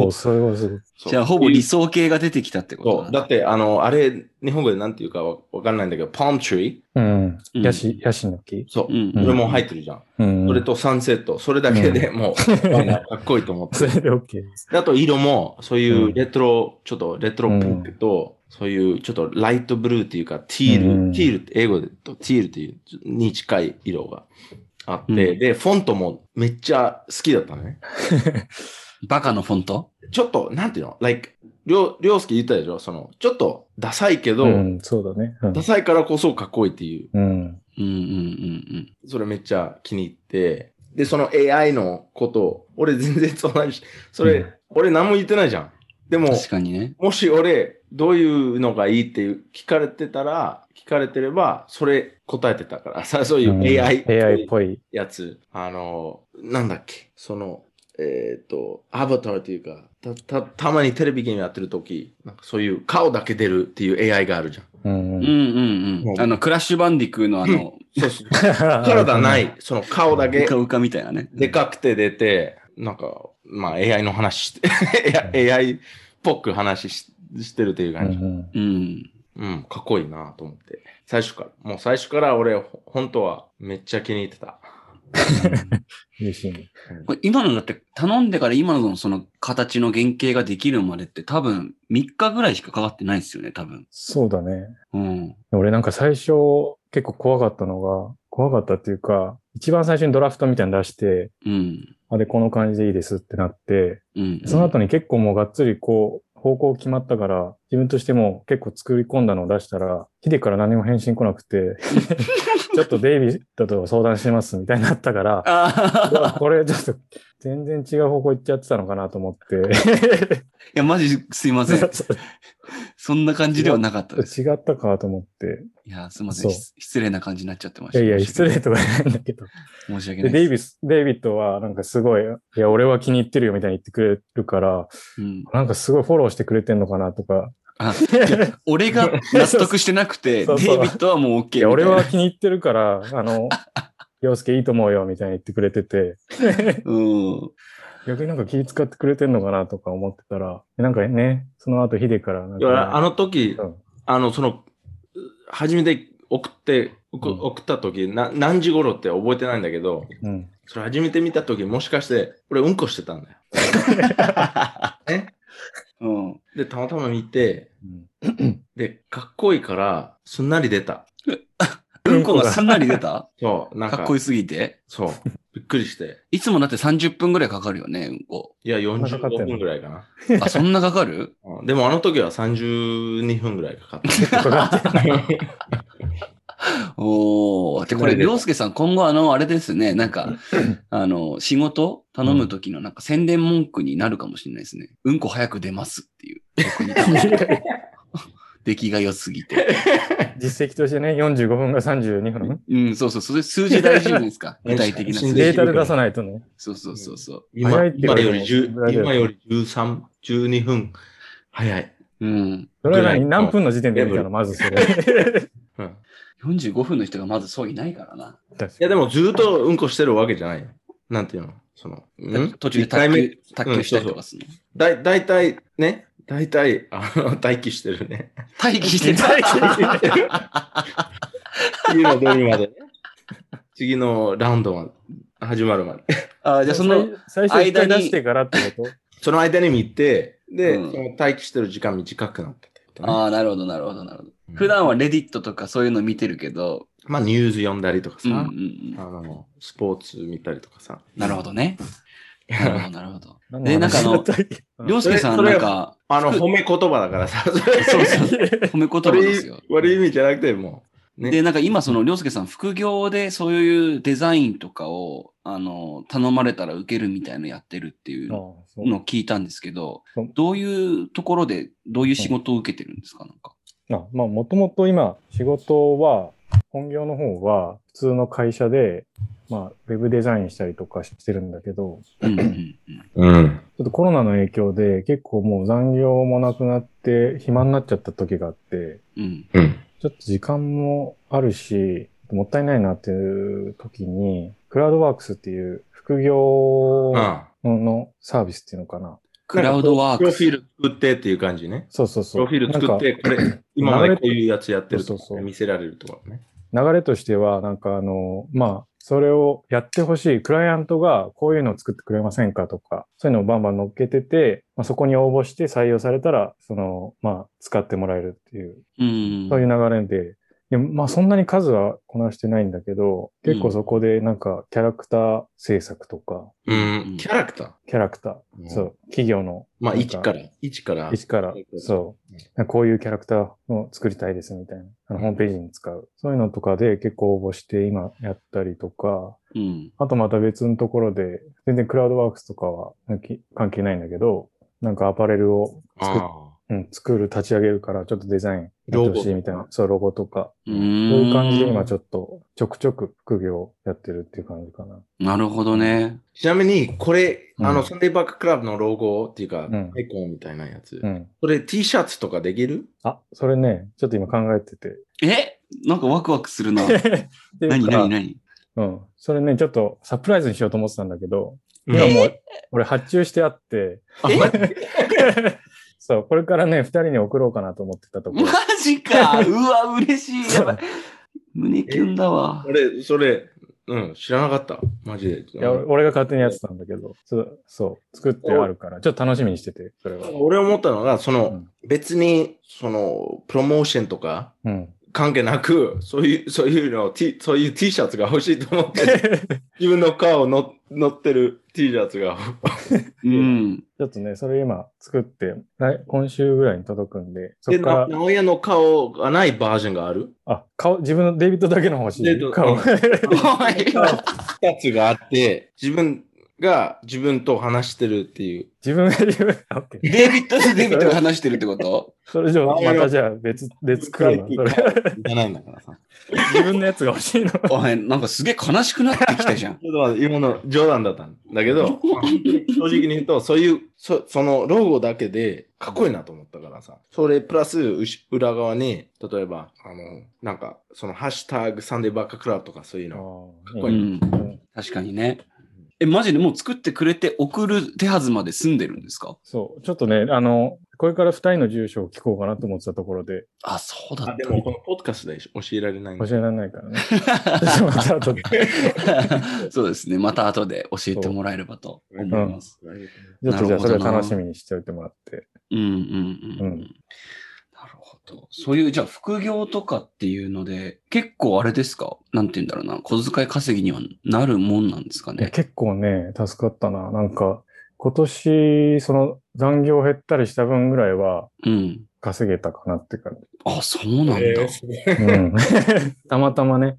[SPEAKER 1] お
[SPEAKER 3] お、。それはすごい。
[SPEAKER 2] そう
[SPEAKER 1] じゃあ、ほぼ理想形が出てきたってこと
[SPEAKER 2] そうだ
[SPEAKER 1] だ。
[SPEAKER 2] って、あの、あれ、日本語でなんていうかわわかんないんだけど、パームツリ
[SPEAKER 3] うん。
[SPEAKER 1] うん
[SPEAKER 3] ヤシ、ヤシの木
[SPEAKER 2] ー。そうう。
[SPEAKER 1] ん。
[SPEAKER 2] それも入ってるじゃん。
[SPEAKER 3] うん。
[SPEAKER 2] それとサンセット。それだけでもう、
[SPEAKER 3] うん
[SPEAKER 2] かっこいいと思って
[SPEAKER 3] そ。れで OK です。
[SPEAKER 2] あと色も、そういううんレトロ、ちょっとレトロピンクと、そういうちょっとライトブルーっていうか、ティール、
[SPEAKER 3] うん
[SPEAKER 2] ティールって英語でとティールっていうちょに近い色があって、
[SPEAKER 1] うん
[SPEAKER 2] で、フォントもめっちゃ好きだったね。
[SPEAKER 1] バカのフォント
[SPEAKER 2] ちょっと、なんていうの ?like、りょう、りょうすけ言ったでしょその、ちょっとダサいけど、
[SPEAKER 3] うん、そうだね。
[SPEAKER 2] ダサいからこそかっこいいっていう、
[SPEAKER 3] うん。う
[SPEAKER 1] うん
[SPEAKER 3] ん。
[SPEAKER 1] うんうん
[SPEAKER 2] それめっちゃ気に入って、で、その AI のこと、俺全然そんなにし、それ、
[SPEAKER 3] うん
[SPEAKER 2] 俺何も言ってないじゃん。で
[SPEAKER 1] う
[SPEAKER 2] も
[SPEAKER 1] ん。、確かにね。
[SPEAKER 2] もし俺、どういうのがいいっていう聞かれてたら、聞かれてれば、それ答えてたから、 [LAUGHS] さそういう
[SPEAKER 3] うん
[SPEAKER 2] AI っ
[SPEAKER 3] AI っ
[SPEAKER 2] ぽい
[SPEAKER 3] ぽい。
[SPEAKER 2] やつ、あの、なんだっけ、その、えっ、と、アバターというか、た、た、たまにテレビゲームやってるとき、なんかそういう顔だけ出るっていう AI があるじゃん。
[SPEAKER 3] うん
[SPEAKER 1] うん
[SPEAKER 3] [LAUGHS]
[SPEAKER 1] う。んう
[SPEAKER 2] うん
[SPEAKER 1] ん。あの、クラッシュバンディクーのあの、
[SPEAKER 2] そうそう。体
[SPEAKER 3] 体
[SPEAKER 2] な。い、その顔だ
[SPEAKER 1] う
[SPEAKER 2] け
[SPEAKER 1] かうかみたいなね。
[SPEAKER 2] でかくて出て、なんか、まあ AI の話 [LAUGHS] して、AI っぽく話ししてるという
[SPEAKER 3] う
[SPEAKER 2] 感じ。
[SPEAKER 3] ん
[SPEAKER 1] うん。
[SPEAKER 2] うん、かっこいいなと思って。最初から。もう最初から俺、ほ本当はめっちゃ気に入ってた。
[SPEAKER 3] うん。嬉しいね。
[SPEAKER 1] これ今のだって頼んでから今のその形の原型ができるまでって多分3日ぐらいしかかかってないですよね、多分。
[SPEAKER 3] そうだね。
[SPEAKER 1] うん。
[SPEAKER 3] 俺なんか最初結構怖かったのが、怖かったっていうか、一番最初にドラフトみたいに出して、
[SPEAKER 1] うん。
[SPEAKER 3] あれこの感じでいいですってなって、
[SPEAKER 1] うん。
[SPEAKER 3] その後に結構もうがっつりこう、方向決まったから、自分としても結構作り込んだのを出したら、ヒデから何も返信来な
[SPEAKER 1] [LAUGHS]
[SPEAKER 3] くて、ちょっとデイビッドと相談してますみたいになったから、
[SPEAKER 1] [LAUGHS]
[SPEAKER 3] うわ
[SPEAKER 1] ああ。
[SPEAKER 3] これちょっと全然違う方向行っちゃってたのかなと思って、
[SPEAKER 1] いや、マジすいません。そんな感じではなかったです。
[SPEAKER 3] [LAUGHS] 違ったかと思って、
[SPEAKER 1] いや、すいません。
[SPEAKER 3] そう
[SPEAKER 1] し失礼な感じになっちゃってまし
[SPEAKER 3] い
[SPEAKER 1] た。
[SPEAKER 3] やいや、失礼とかじゃないんだけど。
[SPEAKER 1] 申し訳な
[SPEAKER 3] で、
[SPEAKER 1] いで
[SPEAKER 3] デ
[SPEAKER 1] す。
[SPEAKER 3] イビス、デイビッドはなんかすごい、いや、俺は気に入ってるよみたいに言ってくれるから、
[SPEAKER 1] うん。
[SPEAKER 3] なんかすごいフォローしてくれてんのかなとか、
[SPEAKER 1] あ、俺が納得してなくて、デ
[SPEAKER 3] [LAUGHS] そう
[SPEAKER 1] イビ
[SPEAKER 3] そう
[SPEAKER 1] ッドはもう OK みた
[SPEAKER 3] い
[SPEAKER 1] い
[SPEAKER 3] や、
[SPEAKER 1] な。
[SPEAKER 3] 俺は気に入ってるから、あの、洋介いいと思うよみたいに言ってくれてて、
[SPEAKER 1] うん。
[SPEAKER 3] 逆になんか気使ってくれてんのかなとか思ってたら、なんかね、その後ヒデからなん
[SPEAKER 2] いや、
[SPEAKER 3] か、
[SPEAKER 2] あの時
[SPEAKER 3] う、ん
[SPEAKER 2] あの、その、う初めて送って、送
[SPEAKER 3] うん
[SPEAKER 2] 送った時、な何時頃って覚えてないんだけど、
[SPEAKER 3] うん、
[SPEAKER 2] それ初めて見た時、もしかして、俺うんこしてたんだよ。ね、
[SPEAKER 1] うん。
[SPEAKER 2] で、たまたま見て、
[SPEAKER 3] うん
[SPEAKER 2] で、かっこいいから、すんなり出た。
[SPEAKER 1] うんこがすんなり出
[SPEAKER 3] [LAUGHS]
[SPEAKER 1] た
[SPEAKER 2] そう、なんか、
[SPEAKER 1] かっこよすぎて。
[SPEAKER 2] そう、びっくりして。
[SPEAKER 1] いつもだって30分ぐらいかかるよね、うんこ。
[SPEAKER 2] いや、
[SPEAKER 3] なかかってんの
[SPEAKER 2] 45分ぐらいかな。
[SPEAKER 1] あ、そんなかかる
[SPEAKER 2] うんでもあの時は32分ぐらいかかった。
[SPEAKER 3] 結構かかってない。
[SPEAKER 2] [LAUGHS]
[SPEAKER 1] おー。ってこれ、
[SPEAKER 2] 慣れてた
[SPEAKER 1] りょうすけさん、今後あの、あれですね、なん
[SPEAKER 2] [LAUGHS]
[SPEAKER 1] か、あの、仕事頼む時のなんか宣伝文句になるかもしれないですね。うんこ早く出ますって
[SPEAKER 2] [LAUGHS]
[SPEAKER 1] いう。僕に頼むと出来が良すぎて。
[SPEAKER 3] 実績としてね、45分が32分。
[SPEAKER 2] [LAUGHS]
[SPEAKER 1] うん、そうそう、それ数字大事じゃないですか。具体的な数
[SPEAKER 2] で
[SPEAKER 3] デー
[SPEAKER 1] 字。
[SPEAKER 3] タで出さないとね。
[SPEAKER 1] そうそうそうそう。
[SPEAKER 2] 今
[SPEAKER 3] 早いって言
[SPEAKER 2] 今
[SPEAKER 3] われ
[SPEAKER 2] よ
[SPEAKER 3] ても
[SPEAKER 2] り10
[SPEAKER 3] 大丈夫
[SPEAKER 2] 今より13、12分早い。
[SPEAKER 1] うん。
[SPEAKER 3] それは
[SPEAKER 2] ぐらい
[SPEAKER 3] 何何分の時点で見た
[SPEAKER 2] う
[SPEAKER 3] の
[SPEAKER 2] ん
[SPEAKER 3] まずそれ。
[SPEAKER 2] うん、い
[SPEAKER 1] 45分の人がまずそういないからな。
[SPEAKER 2] や、でもずっとうんこしてるわけじゃない。なんていうのその、
[SPEAKER 1] 途中で
[SPEAKER 2] 一回
[SPEAKER 1] 卓
[SPEAKER 2] 目
[SPEAKER 1] 球卓球したりとかするの。
[SPEAKER 2] だい、だいたいね、だいたい、あの、待機してるね。
[SPEAKER 1] 待機してた。
[SPEAKER 2] 待機してる次のドミまでね。次のラウンドまで、始まるまで。
[SPEAKER 1] あーじゃあその、
[SPEAKER 3] [LAUGHS] 最初一
[SPEAKER 1] 間
[SPEAKER 3] 回
[SPEAKER 1] に
[SPEAKER 3] 出してからってこと
[SPEAKER 2] その間に見て、で、
[SPEAKER 1] うん
[SPEAKER 2] その待機してる時間短くなったってことね。
[SPEAKER 1] ああ、なるほど、なるほど、なるほど。
[SPEAKER 2] うん
[SPEAKER 1] 普段はレディットとかそういうの見てるけど、
[SPEAKER 2] まあニュース読んだりとか
[SPEAKER 1] う
[SPEAKER 2] さ、
[SPEAKER 1] んうんうん
[SPEAKER 2] あの、スポーツ見たりとかさ。
[SPEAKER 1] なるほどね。なるほど、なるほど。
[SPEAKER 3] 何
[SPEAKER 1] でなんかあの
[SPEAKER 3] 話だったっけうん
[SPEAKER 1] りょうすけさん
[SPEAKER 2] [LAUGHS] それ
[SPEAKER 1] なん
[SPEAKER 2] それ
[SPEAKER 1] か、
[SPEAKER 2] [LAUGHS] あの、褒め言葉だからさ。
[SPEAKER 1] そうそう、褒め言葉ですよ。
[SPEAKER 2] 悪い意味じゃなくて、もう。ね
[SPEAKER 1] で、なんか今、その、りょうすけさん、副業でそういうデザインとかを、あの、頼まれたら受けるみたいのやってるっていう
[SPEAKER 3] ああ
[SPEAKER 1] の
[SPEAKER 3] そう
[SPEAKER 1] を聞いたんですけど
[SPEAKER 3] そう、
[SPEAKER 1] どういうところで、どういう仕事を受けてるんですかなんか。
[SPEAKER 3] あまあ、もともと今、仕事は、本業の方は、普通の会社で、まあ、ウェブデザインしたりとかしてるんだけど、
[SPEAKER 1] うんうんうん。
[SPEAKER 2] うん。
[SPEAKER 3] ちょっとコロナの影響で、結構もう残業もなくなって、暇になっちゃった時があって、
[SPEAKER 1] うん。
[SPEAKER 2] うん。
[SPEAKER 3] ちょっと時間もあるし、もったいないなっていう時に、クラウドワークスっていう副業
[SPEAKER 2] ああ
[SPEAKER 3] のサービスっていうのかな。
[SPEAKER 1] クラウドワー
[SPEAKER 2] プ
[SPEAKER 1] ク
[SPEAKER 2] ロフィ
[SPEAKER 1] ス。
[SPEAKER 2] ール作ってっていう感じね。
[SPEAKER 3] そうそう
[SPEAKER 2] プ
[SPEAKER 3] そう。
[SPEAKER 2] ロフィール作
[SPEAKER 3] なん
[SPEAKER 2] っ
[SPEAKER 3] か
[SPEAKER 2] て、これ、今までこういうやつやってる
[SPEAKER 3] そ
[SPEAKER 2] と
[SPEAKER 3] うそうそう
[SPEAKER 2] 見せられるとかね。
[SPEAKER 3] 流れとしては、なんかあの、まあ、それをやってほしい、クライアントがこういうのを作ってくれませんかとか、そういうのをバンバン乗っけてて、まあ、そこに応募して採用されたら、その、まあ、使ってもらえるっていう、
[SPEAKER 1] うん。
[SPEAKER 3] そういう流れで、でまあ、そんなに数はこなしてないんだけど、結構そこでなんかキャラクター制作とか、
[SPEAKER 2] うん。キャラクター。
[SPEAKER 3] キャラクタ
[SPEAKER 2] うん
[SPEAKER 3] ー、そう、企業の、
[SPEAKER 2] まあ、
[SPEAKER 3] なん
[SPEAKER 2] 一から、一から。
[SPEAKER 3] 一から
[SPEAKER 2] そういうこ、と
[SPEAKER 3] そう。こういうキャラクターを作りたいですみたいな。あの、ホームページに使う。そういうのとかで結構応募して今やったりとか、
[SPEAKER 1] うん。
[SPEAKER 3] あとまた別のところで、全然クラウドワークスとかはなんか関係ないんだけど、なんかアパレルを作っ
[SPEAKER 2] ああ。
[SPEAKER 3] うん、作る、立ち上げるから、ちょっとデザインやってほしいみたい
[SPEAKER 2] ロゴ
[SPEAKER 3] な
[SPEAKER 2] と。
[SPEAKER 3] そう、ロゴとか。
[SPEAKER 1] う
[SPEAKER 3] そう
[SPEAKER 1] ーん
[SPEAKER 3] いう感じで今ちょっと、ちょくちょく副業やってるっていう感じかな。
[SPEAKER 1] なるほどね。
[SPEAKER 2] ちなみに、これ、
[SPEAKER 3] うん
[SPEAKER 2] あの、サンデーバッククラブのロゴっていうか、
[SPEAKER 3] ん
[SPEAKER 2] アイコンみたいなやつ
[SPEAKER 3] う。ん。
[SPEAKER 2] それ T シャツとかできる
[SPEAKER 3] あ、それね、ちょっと今考えてて。
[SPEAKER 1] えなんかワクワクするな。
[SPEAKER 2] [LAUGHS]
[SPEAKER 3] [LAUGHS] っていうか
[SPEAKER 1] 何何何
[SPEAKER 3] うん。それね、ちょっとサプライズにしようと思ってたんだけど、
[SPEAKER 2] うん
[SPEAKER 3] 今もう、俺発注してあ
[SPEAKER 2] [LAUGHS]
[SPEAKER 3] って、
[SPEAKER 2] あマジで
[SPEAKER 3] そう、これからね、二人に送ろうかなと思ってたとこ
[SPEAKER 1] マ
[SPEAKER 3] ろ。
[SPEAKER 1] ジかうわ、嬉しい。やばい。胸キュンだわ
[SPEAKER 2] そ。れ、それ、うん、知らなかった。マジで。
[SPEAKER 3] いや俺が勝手にやってたんだけど、そう、そう作ってあるから、ちょっと楽しみにしてて、それは。
[SPEAKER 2] 俺思ったのが、その、
[SPEAKER 3] うん
[SPEAKER 2] 別に、その、プロモーションとか
[SPEAKER 3] うん。 [LAUGHS]
[SPEAKER 2] 関係なく、そういう、そういうのを、T、そういう T シャツが欲しいと思
[SPEAKER 3] [LAUGHS]
[SPEAKER 2] って、自分の顔の乗ってる T シャツが。
[SPEAKER 1] うん。
[SPEAKER 3] ちょっとね、それ今作って、来今週ぐらいに届くんで、そ
[SPEAKER 2] で、
[SPEAKER 3] っ
[SPEAKER 2] な
[SPEAKER 3] か
[SPEAKER 2] 直屋の顔がないバージョンがある。
[SPEAKER 3] ら、あ、顔、自分のデイビッドだけの方が欲し
[SPEAKER 2] デイビッド
[SPEAKER 3] い。顔。 [LAUGHS]
[SPEAKER 2] うん
[SPEAKER 1] おい
[SPEAKER 2] 2つがあって、自分が自分と話してるっていう。
[SPEAKER 3] 自分が自分、オッケー。
[SPEAKER 1] デイビッドとデイビッドが話してるってこと
[SPEAKER 3] それじゃあ、またじゃあ別、別作るな。それ、
[SPEAKER 2] いらないんだからさ。
[SPEAKER 3] 自分のやつが欲し
[SPEAKER 2] [LAUGHS]
[SPEAKER 3] いの。
[SPEAKER 1] おい、なんかすげえ悲しくなってきたじゃん。
[SPEAKER 2] ちょっと待って今の冗談だったんだけ [LAUGHS] ど、まあ本当に正直に言うと、そういう、そそのロゴだけでかっこいいなと思ったからさ、それプラスうし裏側に、例えば、あの、なんか、そのハッシュタグサンデーバッククラブとかそういうの。
[SPEAKER 3] あ
[SPEAKER 2] こ
[SPEAKER 1] う
[SPEAKER 3] ーいいね
[SPEAKER 1] ん。
[SPEAKER 3] うん
[SPEAKER 1] 確かにね。え、マジでもう作ってくれて送る手はずまで済んでるんですか
[SPEAKER 3] そう、ちょっとね、あの、これから二人の住所を聞こうかなと思ってたところで、
[SPEAKER 1] あ、そうだ
[SPEAKER 2] あ
[SPEAKER 1] っ
[SPEAKER 2] でも、このポッドキャストで教えられないんだ
[SPEAKER 3] 教えられな
[SPEAKER 1] [LAUGHS]
[SPEAKER 3] いからね。ちょっとまた後で
[SPEAKER 1] た。 [LAUGHS] そうですね。また後で教えてもらえればと思います。
[SPEAKER 3] ちょっとじゃあ、それ
[SPEAKER 1] な
[SPEAKER 3] を
[SPEAKER 1] るほどな
[SPEAKER 3] 楽しみにしておいてもらって。
[SPEAKER 1] うんうんうん。う
[SPEAKER 3] うん
[SPEAKER 1] ん、なるほど。そういう、じゃあ副業とかっていうので、結構あれですかなんて言うんだろうな。小遣い稼ぎにはなるもんなんですか
[SPEAKER 3] いや
[SPEAKER 1] ね。
[SPEAKER 3] 結構ね、助かったな。なんか、今年、その残業減ったりした分ぐらいは
[SPEAKER 1] うん。
[SPEAKER 3] 稼げたかなって感じ。
[SPEAKER 1] あ、そうなんだ。 [LAUGHS]
[SPEAKER 3] うん、たまたまね、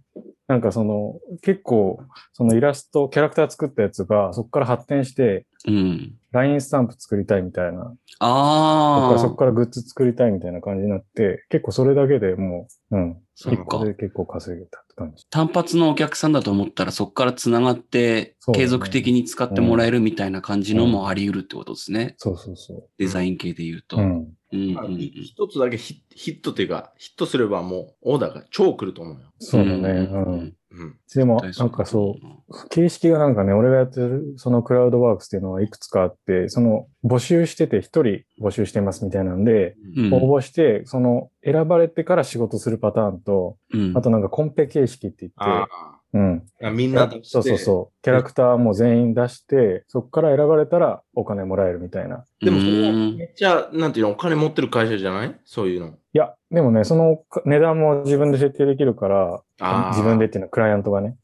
[SPEAKER 3] なんかその、結構、そのイラスト、キャラクター作ったやつが、そこから発展して、
[SPEAKER 1] うん。
[SPEAKER 3] LINE スタンプ作りたいみたいなそっ
[SPEAKER 1] あ
[SPEAKER 3] から
[SPEAKER 1] あ。
[SPEAKER 3] そっからグッズ作りたいみたいな感じになって、結構それだけでもう、うん。
[SPEAKER 1] そっか
[SPEAKER 3] それで結構稼げたって感じ。
[SPEAKER 1] 単発のお客さんだと思ったら、そこからつながって
[SPEAKER 3] そう、だね
[SPEAKER 1] 継続的に使ってもらえるみたいな感じのもあり得るってことですね。
[SPEAKER 3] そうそうそ
[SPEAKER 1] デザイン系で言うと。
[SPEAKER 3] う。う
[SPEAKER 1] うん
[SPEAKER 3] ん。
[SPEAKER 1] うん
[SPEAKER 2] まあ
[SPEAKER 1] うん
[SPEAKER 2] ひ一つだけヒヒットっていうか、ヒットすればもうオーダーが超来ると思うよ。
[SPEAKER 3] そうだね。う
[SPEAKER 1] うん
[SPEAKER 3] ん。
[SPEAKER 2] ううん。
[SPEAKER 3] でも、
[SPEAKER 1] 大丈
[SPEAKER 3] な
[SPEAKER 1] 夫
[SPEAKER 3] んかそう、形式がなんかね、俺がやってるそのクラウドワークスっていうのはいくつかあって、その募集してて一人募集してますみたいなんで、
[SPEAKER 1] うん。
[SPEAKER 3] 応募して、その選ばれてから仕事するパターンと、
[SPEAKER 1] うん
[SPEAKER 3] あとなんかコンペ形式って言っ
[SPEAKER 2] あ
[SPEAKER 3] て、うん。
[SPEAKER 2] あ。みんな出して
[SPEAKER 3] そうそうそう。キャラクターも全員出して、そこから選ばれたらお金もらえるみたいな。
[SPEAKER 2] でもそれは
[SPEAKER 1] うん
[SPEAKER 2] めっちゃ、なんていうの、お金持ってる会社じゃないそういうの。
[SPEAKER 3] いや、でもね、その値段も自分で設定できるから、
[SPEAKER 2] あー
[SPEAKER 3] 自分でっていうのはクライアントがね。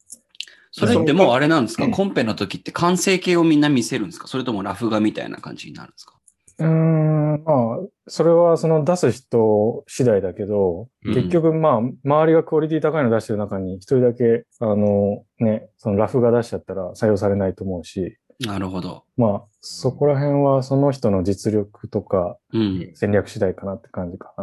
[SPEAKER 1] それってもうあれなんですかコンペの時って完成形をみんな見せるんですかそれともラフ画みたいな感じになるんですか
[SPEAKER 3] うーん、まあ、それはその出す人次第だけど、
[SPEAKER 2] うん
[SPEAKER 3] 結局まあ、周りがクオリティ高いの出してる中に、一人だけ、あの、ね、そのラフが出しちゃったら採用されないと思うし、
[SPEAKER 1] なるほど。
[SPEAKER 3] まあ、そこら辺はその人の実力とか
[SPEAKER 1] うん。
[SPEAKER 3] 戦略次第かなって感じか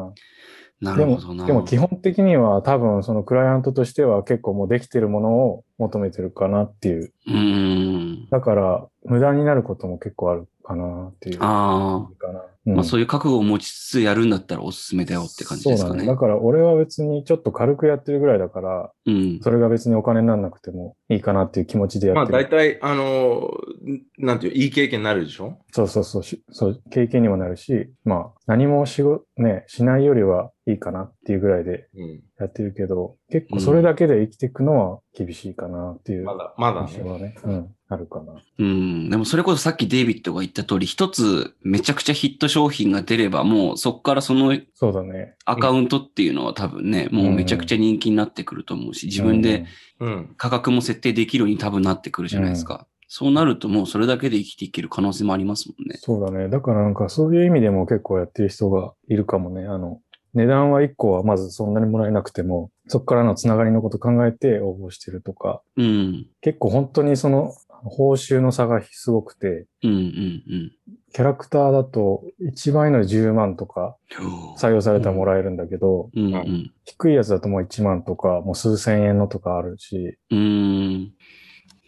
[SPEAKER 3] な。
[SPEAKER 1] な
[SPEAKER 3] で
[SPEAKER 1] るほどな。
[SPEAKER 3] も、でも基本的には多分そのクライアントとしては結構もうできてるものを求めてるかなっていう
[SPEAKER 1] うん。
[SPEAKER 3] だから、無駄になることも結構あるかなっていう。
[SPEAKER 1] ああ。
[SPEAKER 3] かな。
[SPEAKER 1] まあそうい
[SPEAKER 3] いう
[SPEAKER 1] う覚悟を持ちつつやるんだったらおすすめだよって感じですか
[SPEAKER 3] そうだ
[SPEAKER 1] ね。
[SPEAKER 3] ね。だから、俺は別にちょっと軽くやってるぐらいだから、
[SPEAKER 1] うん。
[SPEAKER 3] それが別にお金にならなくてもいいかなっていう気持ちでや
[SPEAKER 2] まあ
[SPEAKER 3] ってる。
[SPEAKER 2] 大体、あのー、なんていう、いい経験になるでしょ
[SPEAKER 3] そうそうそうしそう、経験にもなるし、まあ、何もしご、ね、しないよりはいいかなっていうぐらいで
[SPEAKER 2] うん。
[SPEAKER 3] やってるけど、結構それだけで生きていくのは厳しいかなっていう
[SPEAKER 2] まだ、まだ
[SPEAKER 3] 印象
[SPEAKER 2] ね。
[SPEAKER 3] はね、うん、あるかな。
[SPEAKER 1] うん。でもそれこそさっきデイビッドが言った通り、一つめちゃくちゃヒット商品が出れば、もうそこからその
[SPEAKER 3] そうだね。
[SPEAKER 1] アカウントっていうのは多分ね、もうめちゃくちゃ人気になってくると思うし、自分で
[SPEAKER 2] うん。
[SPEAKER 1] 価格も設定できるように多分なってくるじゃないですか。そうなるともうそれだけで生きていける可能性もありますもんね。
[SPEAKER 3] そうだね。だからなんかそういう意味でも結構やってる人がいるかもね。あの、値段は1個はまずそんなにもらえなくても、そこからのつながりのこと考えて応募してるとか、
[SPEAKER 1] うん。
[SPEAKER 3] 結構本当にその報酬の差がすごくて、
[SPEAKER 1] うんうん
[SPEAKER 3] キャラクターだと一番いいので10万とか
[SPEAKER 1] うん。
[SPEAKER 3] 採用されたらもらえるんだけど、
[SPEAKER 1] うんうん。
[SPEAKER 3] 低いやつだともう1万とか、もう数千円のとかあるし、
[SPEAKER 1] うーん。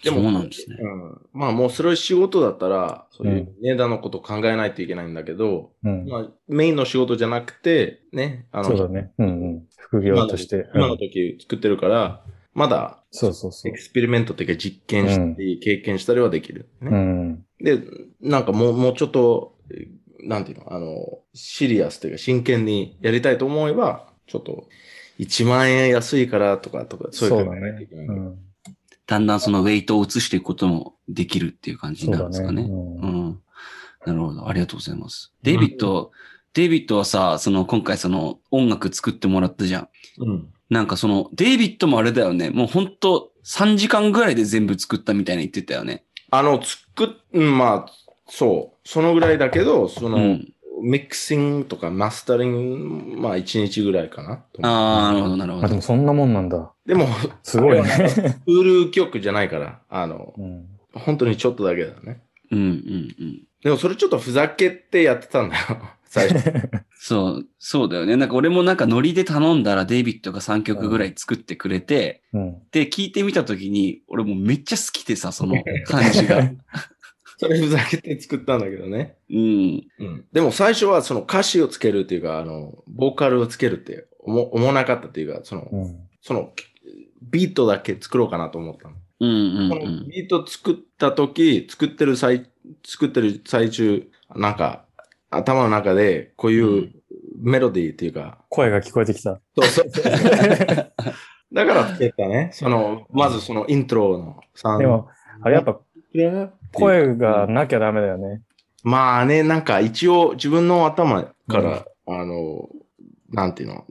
[SPEAKER 2] でも
[SPEAKER 1] そうなんですね。
[SPEAKER 2] うん、まあもうそれを仕事だったら、そういううん値段のことを考えないといけないんだけど、
[SPEAKER 3] うん。
[SPEAKER 2] まあメインの仕事じゃなくて、ね、あの、
[SPEAKER 3] そうだね。うんうん。副
[SPEAKER 2] 今
[SPEAKER 3] 業
[SPEAKER 2] の
[SPEAKER 3] として。
[SPEAKER 2] 今の
[SPEAKER 3] うん
[SPEAKER 2] 時作ってるから、まだ
[SPEAKER 3] そうそうそ
[SPEAKER 2] エ
[SPEAKER 3] う
[SPEAKER 2] ク。スペリメントというか実験したり、経験したりはできる、ね
[SPEAKER 3] うん。
[SPEAKER 2] で、なんかもう、もうちょっと、えーなんていうの、あの、シリアスというか真剣にやりたいと思えば、ちょっと、1万円安いからとか、とか、そういう考えないといけない。
[SPEAKER 3] うん
[SPEAKER 1] だんだんそのウェイトを移していくこともできるっていう感じ
[SPEAKER 3] そ
[SPEAKER 1] に
[SPEAKER 3] う
[SPEAKER 1] なるんで
[SPEAKER 3] だ
[SPEAKER 1] すかね。
[SPEAKER 3] ね。
[SPEAKER 1] う
[SPEAKER 3] うん
[SPEAKER 1] ん。なるほど。ありがとうございます。デイビッド、デイビッドはさ、その今回その音楽作ってもらったじゃん。
[SPEAKER 2] うん。
[SPEAKER 1] なんかその、デイビッドもあれだよね。もうほんと3時間ぐらいで全部作ったみたいな言ってたよね。
[SPEAKER 2] あの、作っ、うんまあ、そう、そのぐらいだけど、そうの、
[SPEAKER 1] ん。
[SPEAKER 2] ミックシングとかマスタリング、まあ、1日ぐらいかなと思う。
[SPEAKER 1] ああ、なるほど、なるほ
[SPEAKER 3] あ、で
[SPEAKER 1] ど
[SPEAKER 3] も。そんなもんなんだ。
[SPEAKER 2] でも、
[SPEAKER 3] すごい
[SPEAKER 2] あれは
[SPEAKER 3] ね。
[SPEAKER 2] フール曲じゃないから、あの、
[SPEAKER 3] うん
[SPEAKER 2] 本当にちょっとだけだね。
[SPEAKER 1] うんうんうん。
[SPEAKER 2] でも、それちょっとふざけてやってたんだよ、最初。
[SPEAKER 1] そう、そうだよね。なんか俺もなんかノリで頼んだらデイビッドが3曲ぐらい作ってくれて、
[SPEAKER 3] うん。
[SPEAKER 1] で、聞いてみたときに、俺もうめっちゃ好きでさ、そ [LAUGHS] の感じが。
[SPEAKER 2] それふざけて作ったんだけどね。
[SPEAKER 1] うん。
[SPEAKER 2] でも最初はその歌詞をつけるっていうか、あの、ボーカルをつけるって思思わなかったっていうか、その、
[SPEAKER 3] うん。
[SPEAKER 2] その、ビートだけ作ろうかなと思ったの。
[SPEAKER 1] うんうんう
[SPEAKER 2] この
[SPEAKER 1] ん。
[SPEAKER 2] ビート作った時、作ってる最、作ってる最中、なんか、頭の中でこういうメロディーっていうか、
[SPEAKER 3] 声が聞こえてきた。
[SPEAKER 2] そうそうそう [LAUGHS] だからつけたね。その、まずそのイントロの3
[SPEAKER 3] でも、あれやっぱ
[SPEAKER 2] っていう
[SPEAKER 3] 声がなきゃダメだよね。
[SPEAKER 2] まあね、なんか一応自分の頭から、あの、なんていうの、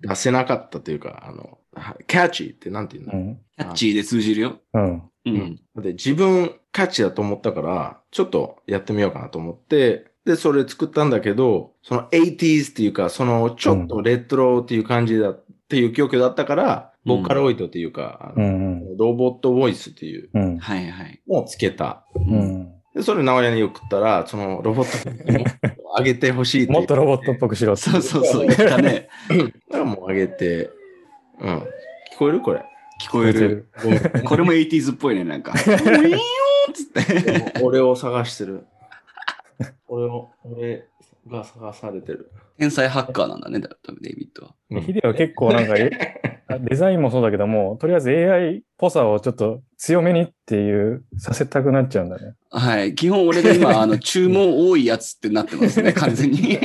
[SPEAKER 2] 出せなかったというか、あの、はキャッチーってなんていうの、
[SPEAKER 3] うん。
[SPEAKER 1] キャッチーで通じるよ。
[SPEAKER 3] うん。
[SPEAKER 1] う。
[SPEAKER 2] うんで、自分キャッチーだと思ったから、ちょっとやってみようかなと思って、で、それ作ったんだけど、その 80s っていうか、そのちょっとレトロっていう感じだ、っていう曲だったから、
[SPEAKER 1] うん
[SPEAKER 2] ボーカロイドっていうか、あ
[SPEAKER 3] う
[SPEAKER 2] の
[SPEAKER 3] ん。
[SPEAKER 2] ロボットボイスっていう
[SPEAKER 3] うん。
[SPEAKER 1] はいはい。
[SPEAKER 2] のをつけた。
[SPEAKER 1] う。
[SPEAKER 3] うんん。
[SPEAKER 2] で、それ直屋に送ったら、そのロボットボイスをもっと上げてほしいっていう
[SPEAKER 3] [LAUGHS] もっとロボットっぽくしろって。
[SPEAKER 1] そうそうそう、言ったね。
[SPEAKER 2] だからもう上げて、うん。聞こえる
[SPEAKER 3] [LAUGHS]
[SPEAKER 2] これ。
[SPEAKER 1] 聞こえる。これも 80s っぽいね、 [LAUGHS] なんか。ウィーンっつって。
[SPEAKER 2] 俺を探してる。俺を、俺、が探されてる。
[SPEAKER 1] 天才ハッカーなんだね、多分デイビッドは。
[SPEAKER 2] うん
[SPEAKER 3] ヒデは結構なんか、えデザインもそうだけども、とりあえず AI っぽさをちょっと強めにっていう、させたくなっちゃうんだね。
[SPEAKER 1] はい。基本俺が今、あ
[SPEAKER 2] [LAUGHS]
[SPEAKER 1] の、注文多いやつってなってますね、完全 [LAUGHS] に。い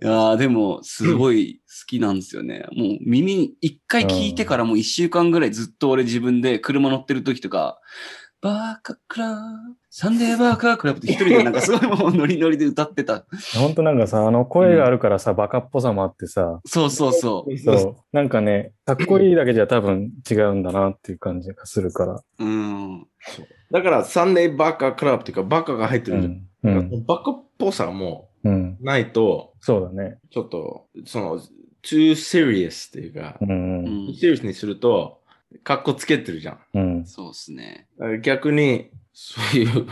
[SPEAKER 1] やーでも、すごい好きなんですよね。もう耳に、一回聞いてからもう一週間ぐらいずっと俺自分で車乗ってる時とか、バーカクラー、サンデーバーカークラブって一人でなんかすごいもうノリノリで歌ってた。
[SPEAKER 3] ほんとなんかさ、あの声があるからさ、バカっぽさもあってさ、
[SPEAKER 1] そうそうそ
[SPEAKER 3] そう、なんかね、かっこいいだけじゃ多分違うんだなっていう感じがするから。
[SPEAKER 1] う。うん。
[SPEAKER 2] だから、サンデーバカクラブっていうか、バカが入って
[SPEAKER 3] う
[SPEAKER 2] るじゃん。
[SPEAKER 3] ん。うん。
[SPEAKER 2] バカっぽさも
[SPEAKER 3] うん。
[SPEAKER 2] ないと、
[SPEAKER 3] そうだね。
[SPEAKER 2] ちょっと、その、too serious っていうか
[SPEAKER 3] う、ん。
[SPEAKER 1] う
[SPEAKER 3] うん。
[SPEAKER 1] ん
[SPEAKER 2] serious にすると、格好つけてるじゃん。
[SPEAKER 3] うん、
[SPEAKER 1] そうっすね。
[SPEAKER 2] だから逆に、そういう、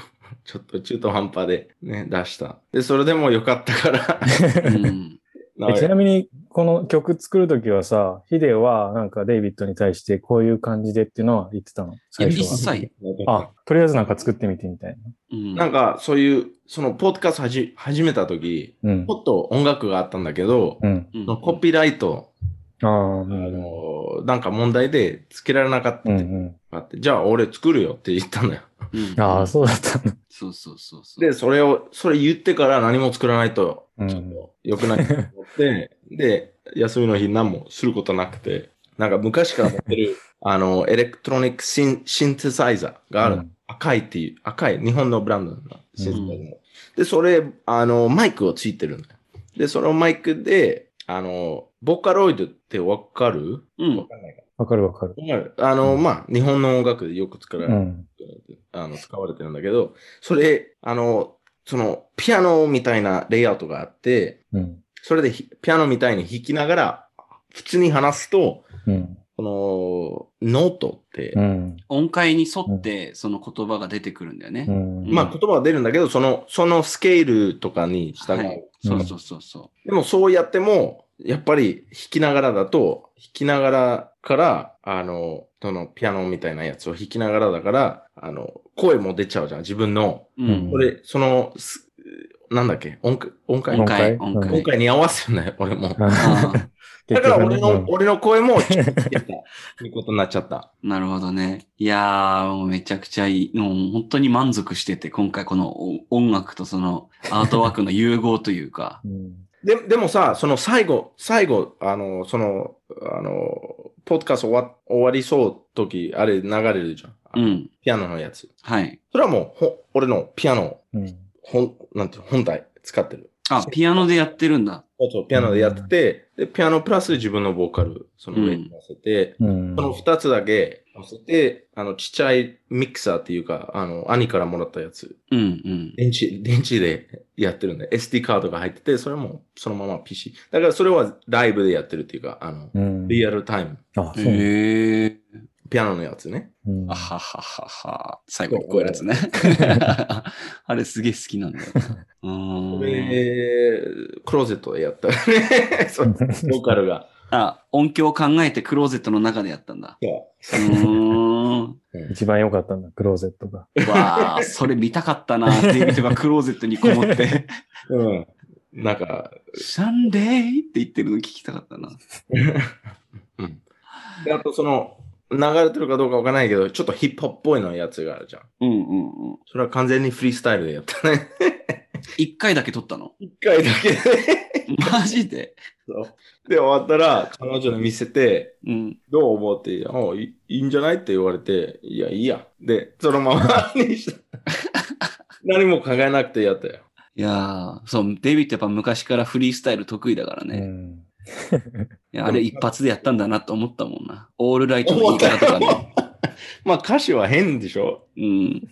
[SPEAKER 2] ちょっと中途半端でね、出した。で、それでもよかったから。
[SPEAKER 3] [LAUGHS]
[SPEAKER 1] うん。
[SPEAKER 2] なお
[SPEAKER 3] えちな
[SPEAKER 2] や
[SPEAKER 3] みに、この曲作るときはさ、ヒデはなんかデイビッドに対してこういう感じでっていうのは言ってたの
[SPEAKER 1] いや、
[SPEAKER 3] 最
[SPEAKER 1] 一
[SPEAKER 3] 初は。
[SPEAKER 1] 切。
[SPEAKER 3] あ、とりあえずなんか作ってみてみたい
[SPEAKER 1] うん。
[SPEAKER 2] なんか、そういう、その、ポッドキャストはじ始めた時
[SPEAKER 3] な。うん。
[SPEAKER 2] もっと音楽があったんだけど、
[SPEAKER 3] うん。
[SPEAKER 1] うん、
[SPEAKER 2] そのコピーライト、
[SPEAKER 3] ああ、
[SPEAKER 2] あ
[SPEAKER 3] なるほど。
[SPEAKER 2] の、なんか問題でつけられなかったっ
[SPEAKER 3] うん
[SPEAKER 2] て
[SPEAKER 3] うん。
[SPEAKER 2] あって、じゃあ俺作るよって言ったんだよ。
[SPEAKER 1] うん
[SPEAKER 3] ああ、そうだったんだ。
[SPEAKER 1] そうそうそうそう。
[SPEAKER 2] で、それを、それ言ってから何も作らないと、
[SPEAKER 3] うん
[SPEAKER 2] ちょっと良くないと思って、
[SPEAKER 3] [LAUGHS]
[SPEAKER 2] で、休みの日何もすることなくて、なんか昔から持ってる、あの、エレクトロニックシンシンセサイザーがある、
[SPEAKER 3] うん
[SPEAKER 2] 赤いっていう、赤い、日本のブランドなんだ、シンセサイザーもで、それ、あの、マイクをついてるんだよ。で、そのマイクで、あの、ボカロイドってわかる
[SPEAKER 1] うん
[SPEAKER 2] わ。かんないか
[SPEAKER 3] わかるわかる。
[SPEAKER 2] なわかるあの、まあ、日本の音楽でよく作ら
[SPEAKER 3] う
[SPEAKER 2] れる。
[SPEAKER 3] ん。
[SPEAKER 2] あの使われてるんだけど、それ、あの、そのピアノみたいなレイアウトがあって、
[SPEAKER 3] うん。
[SPEAKER 2] それでひピアノみたいに弾きながら、普通に話すと、
[SPEAKER 3] うん。
[SPEAKER 2] このノートって、
[SPEAKER 3] うん。
[SPEAKER 1] 音階に沿ってその言葉が出てくるんだよね。
[SPEAKER 3] うん。
[SPEAKER 2] まあ言葉は出るんだけど、その、そのスケールとかに従う。
[SPEAKER 1] はいそうそうそうそ
[SPEAKER 2] でもそうやっても、やっぱり弾きながらだと、弾きながらから、あの、そのピアノみたいなやつを弾きながらだから、あの、声も出ちゃうじゃん、自分の。
[SPEAKER 1] う。う
[SPEAKER 3] うん
[SPEAKER 1] ん
[SPEAKER 2] こ。れ、その、すなんだっけ音階音階
[SPEAKER 1] 音階、
[SPEAKER 3] 音階
[SPEAKER 1] 音
[SPEAKER 2] 今
[SPEAKER 1] 階。
[SPEAKER 2] 回に合わせるんだよ、俺も。
[SPEAKER 1] ああ
[SPEAKER 2] だから俺の、
[SPEAKER 3] [LAUGHS] 結。
[SPEAKER 2] 俺の声も、ちょっとつけた、ということになっちゃった。
[SPEAKER 1] なるほどね。いやー、もうめちゃくちゃいい。もう本当に満足してて、今回このお音楽とそのアートワークの融合というか
[SPEAKER 3] 局
[SPEAKER 2] で、でもさ、その最後、最後、あの、その、あの、ポッドキャスト終わ終わりそう時、あれ流れるじゃん。あ
[SPEAKER 1] [LAUGHS] う
[SPEAKER 2] の
[SPEAKER 1] ん。
[SPEAKER 2] ピアノのやつ。
[SPEAKER 1] はい。
[SPEAKER 2] それはもう、ほ俺のピアノ、
[SPEAKER 3] うん。うん。
[SPEAKER 2] 本、なんていうの本体使ってる。
[SPEAKER 1] あ、ピアノでやってるんだ。
[SPEAKER 2] そうそうピアノでやってて、で、ピアノプラス自分のボーカル、その上に乗せて、
[SPEAKER 3] うん
[SPEAKER 2] その二つだけ乗せて、あの、ちっちゃいミキサーっていうか、あの、兄からもらったやつ、
[SPEAKER 1] うんうん。
[SPEAKER 2] 電池、電池でやってるんで、SD カードが入ってて、それもそのまま PC。だからそれはライブでやってるっていうか、あの、
[SPEAKER 3] うん。
[SPEAKER 2] リアルタイム、
[SPEAKER 3] あ、そうね。
[SPEAKER 1] へえ。
[SPEAKER 2] ピアノのやつね。
[SPEAKER 3] うん
[SPEAKER 1] あはははは。最後に聞こえるや [LAUGHS] つね。あれすげえ好きなんだよ。う
[SPEAKER 2] こ
[SPEAKER 1] [LAUGHS] ーん。
[SPEAKER 2] れ、クローゼットでやった。 [LAUGHS] ねそう [LAUGHS] ボーカルが。
[SPEAKER 1] あ、音響を考えてクローゼットの中でやったんだ。
[SPEAKER 2] そう
[SPEAKER 1] ーん。
[SPEAKER 3] 一番良かったんだ、クローゼットが。
[SPEAKER 1] わあ、それ見たかったな。デイビッドがクローゼットにこもって、
[SPEAKER 2] ううん。なんか、
[SPEAKER 1] シャンデーって言ってるの聞きたかったな。
[SPEAKER 2] うん。であとその、流れてるかどうかわからないけど、ちょっとヒップホップっぽいのやつがあるじゃん。
[SPEAKER 1] うんうんうん。
[SPEAKER 2] それは完全にフリースタイルでやったね。
[SPEAKER 1] 一回だけ撮ったの。
[SPEAKER 2] 一回だけで。
[SPEAKER 1] マジで。
[SPEAKER 2] で、終わったら、彼女に見せて、
[SPEAKER 1] うん。
[SPEAKER 2] どう思うって、おいいいんじゃないって言われて、いや、いいや。で、そのままに [LAUGHS] した。何も考えなくてやったよ。
[SPEAKER 1] いやー、そう、デイビッドやっぱ昔からフリースタイル得意だから
[SPEAKER 3] う
[SPEAKER 1] ね。い
[SPEAKER 3] ん。
[SPEAKER 1] やあれ一発でやったんだなと思ったもんな。オールライトの言い方とかね。
[SPEAKER 2] まあ、歌詞は変でしょ
[SPEAKER 1] うん。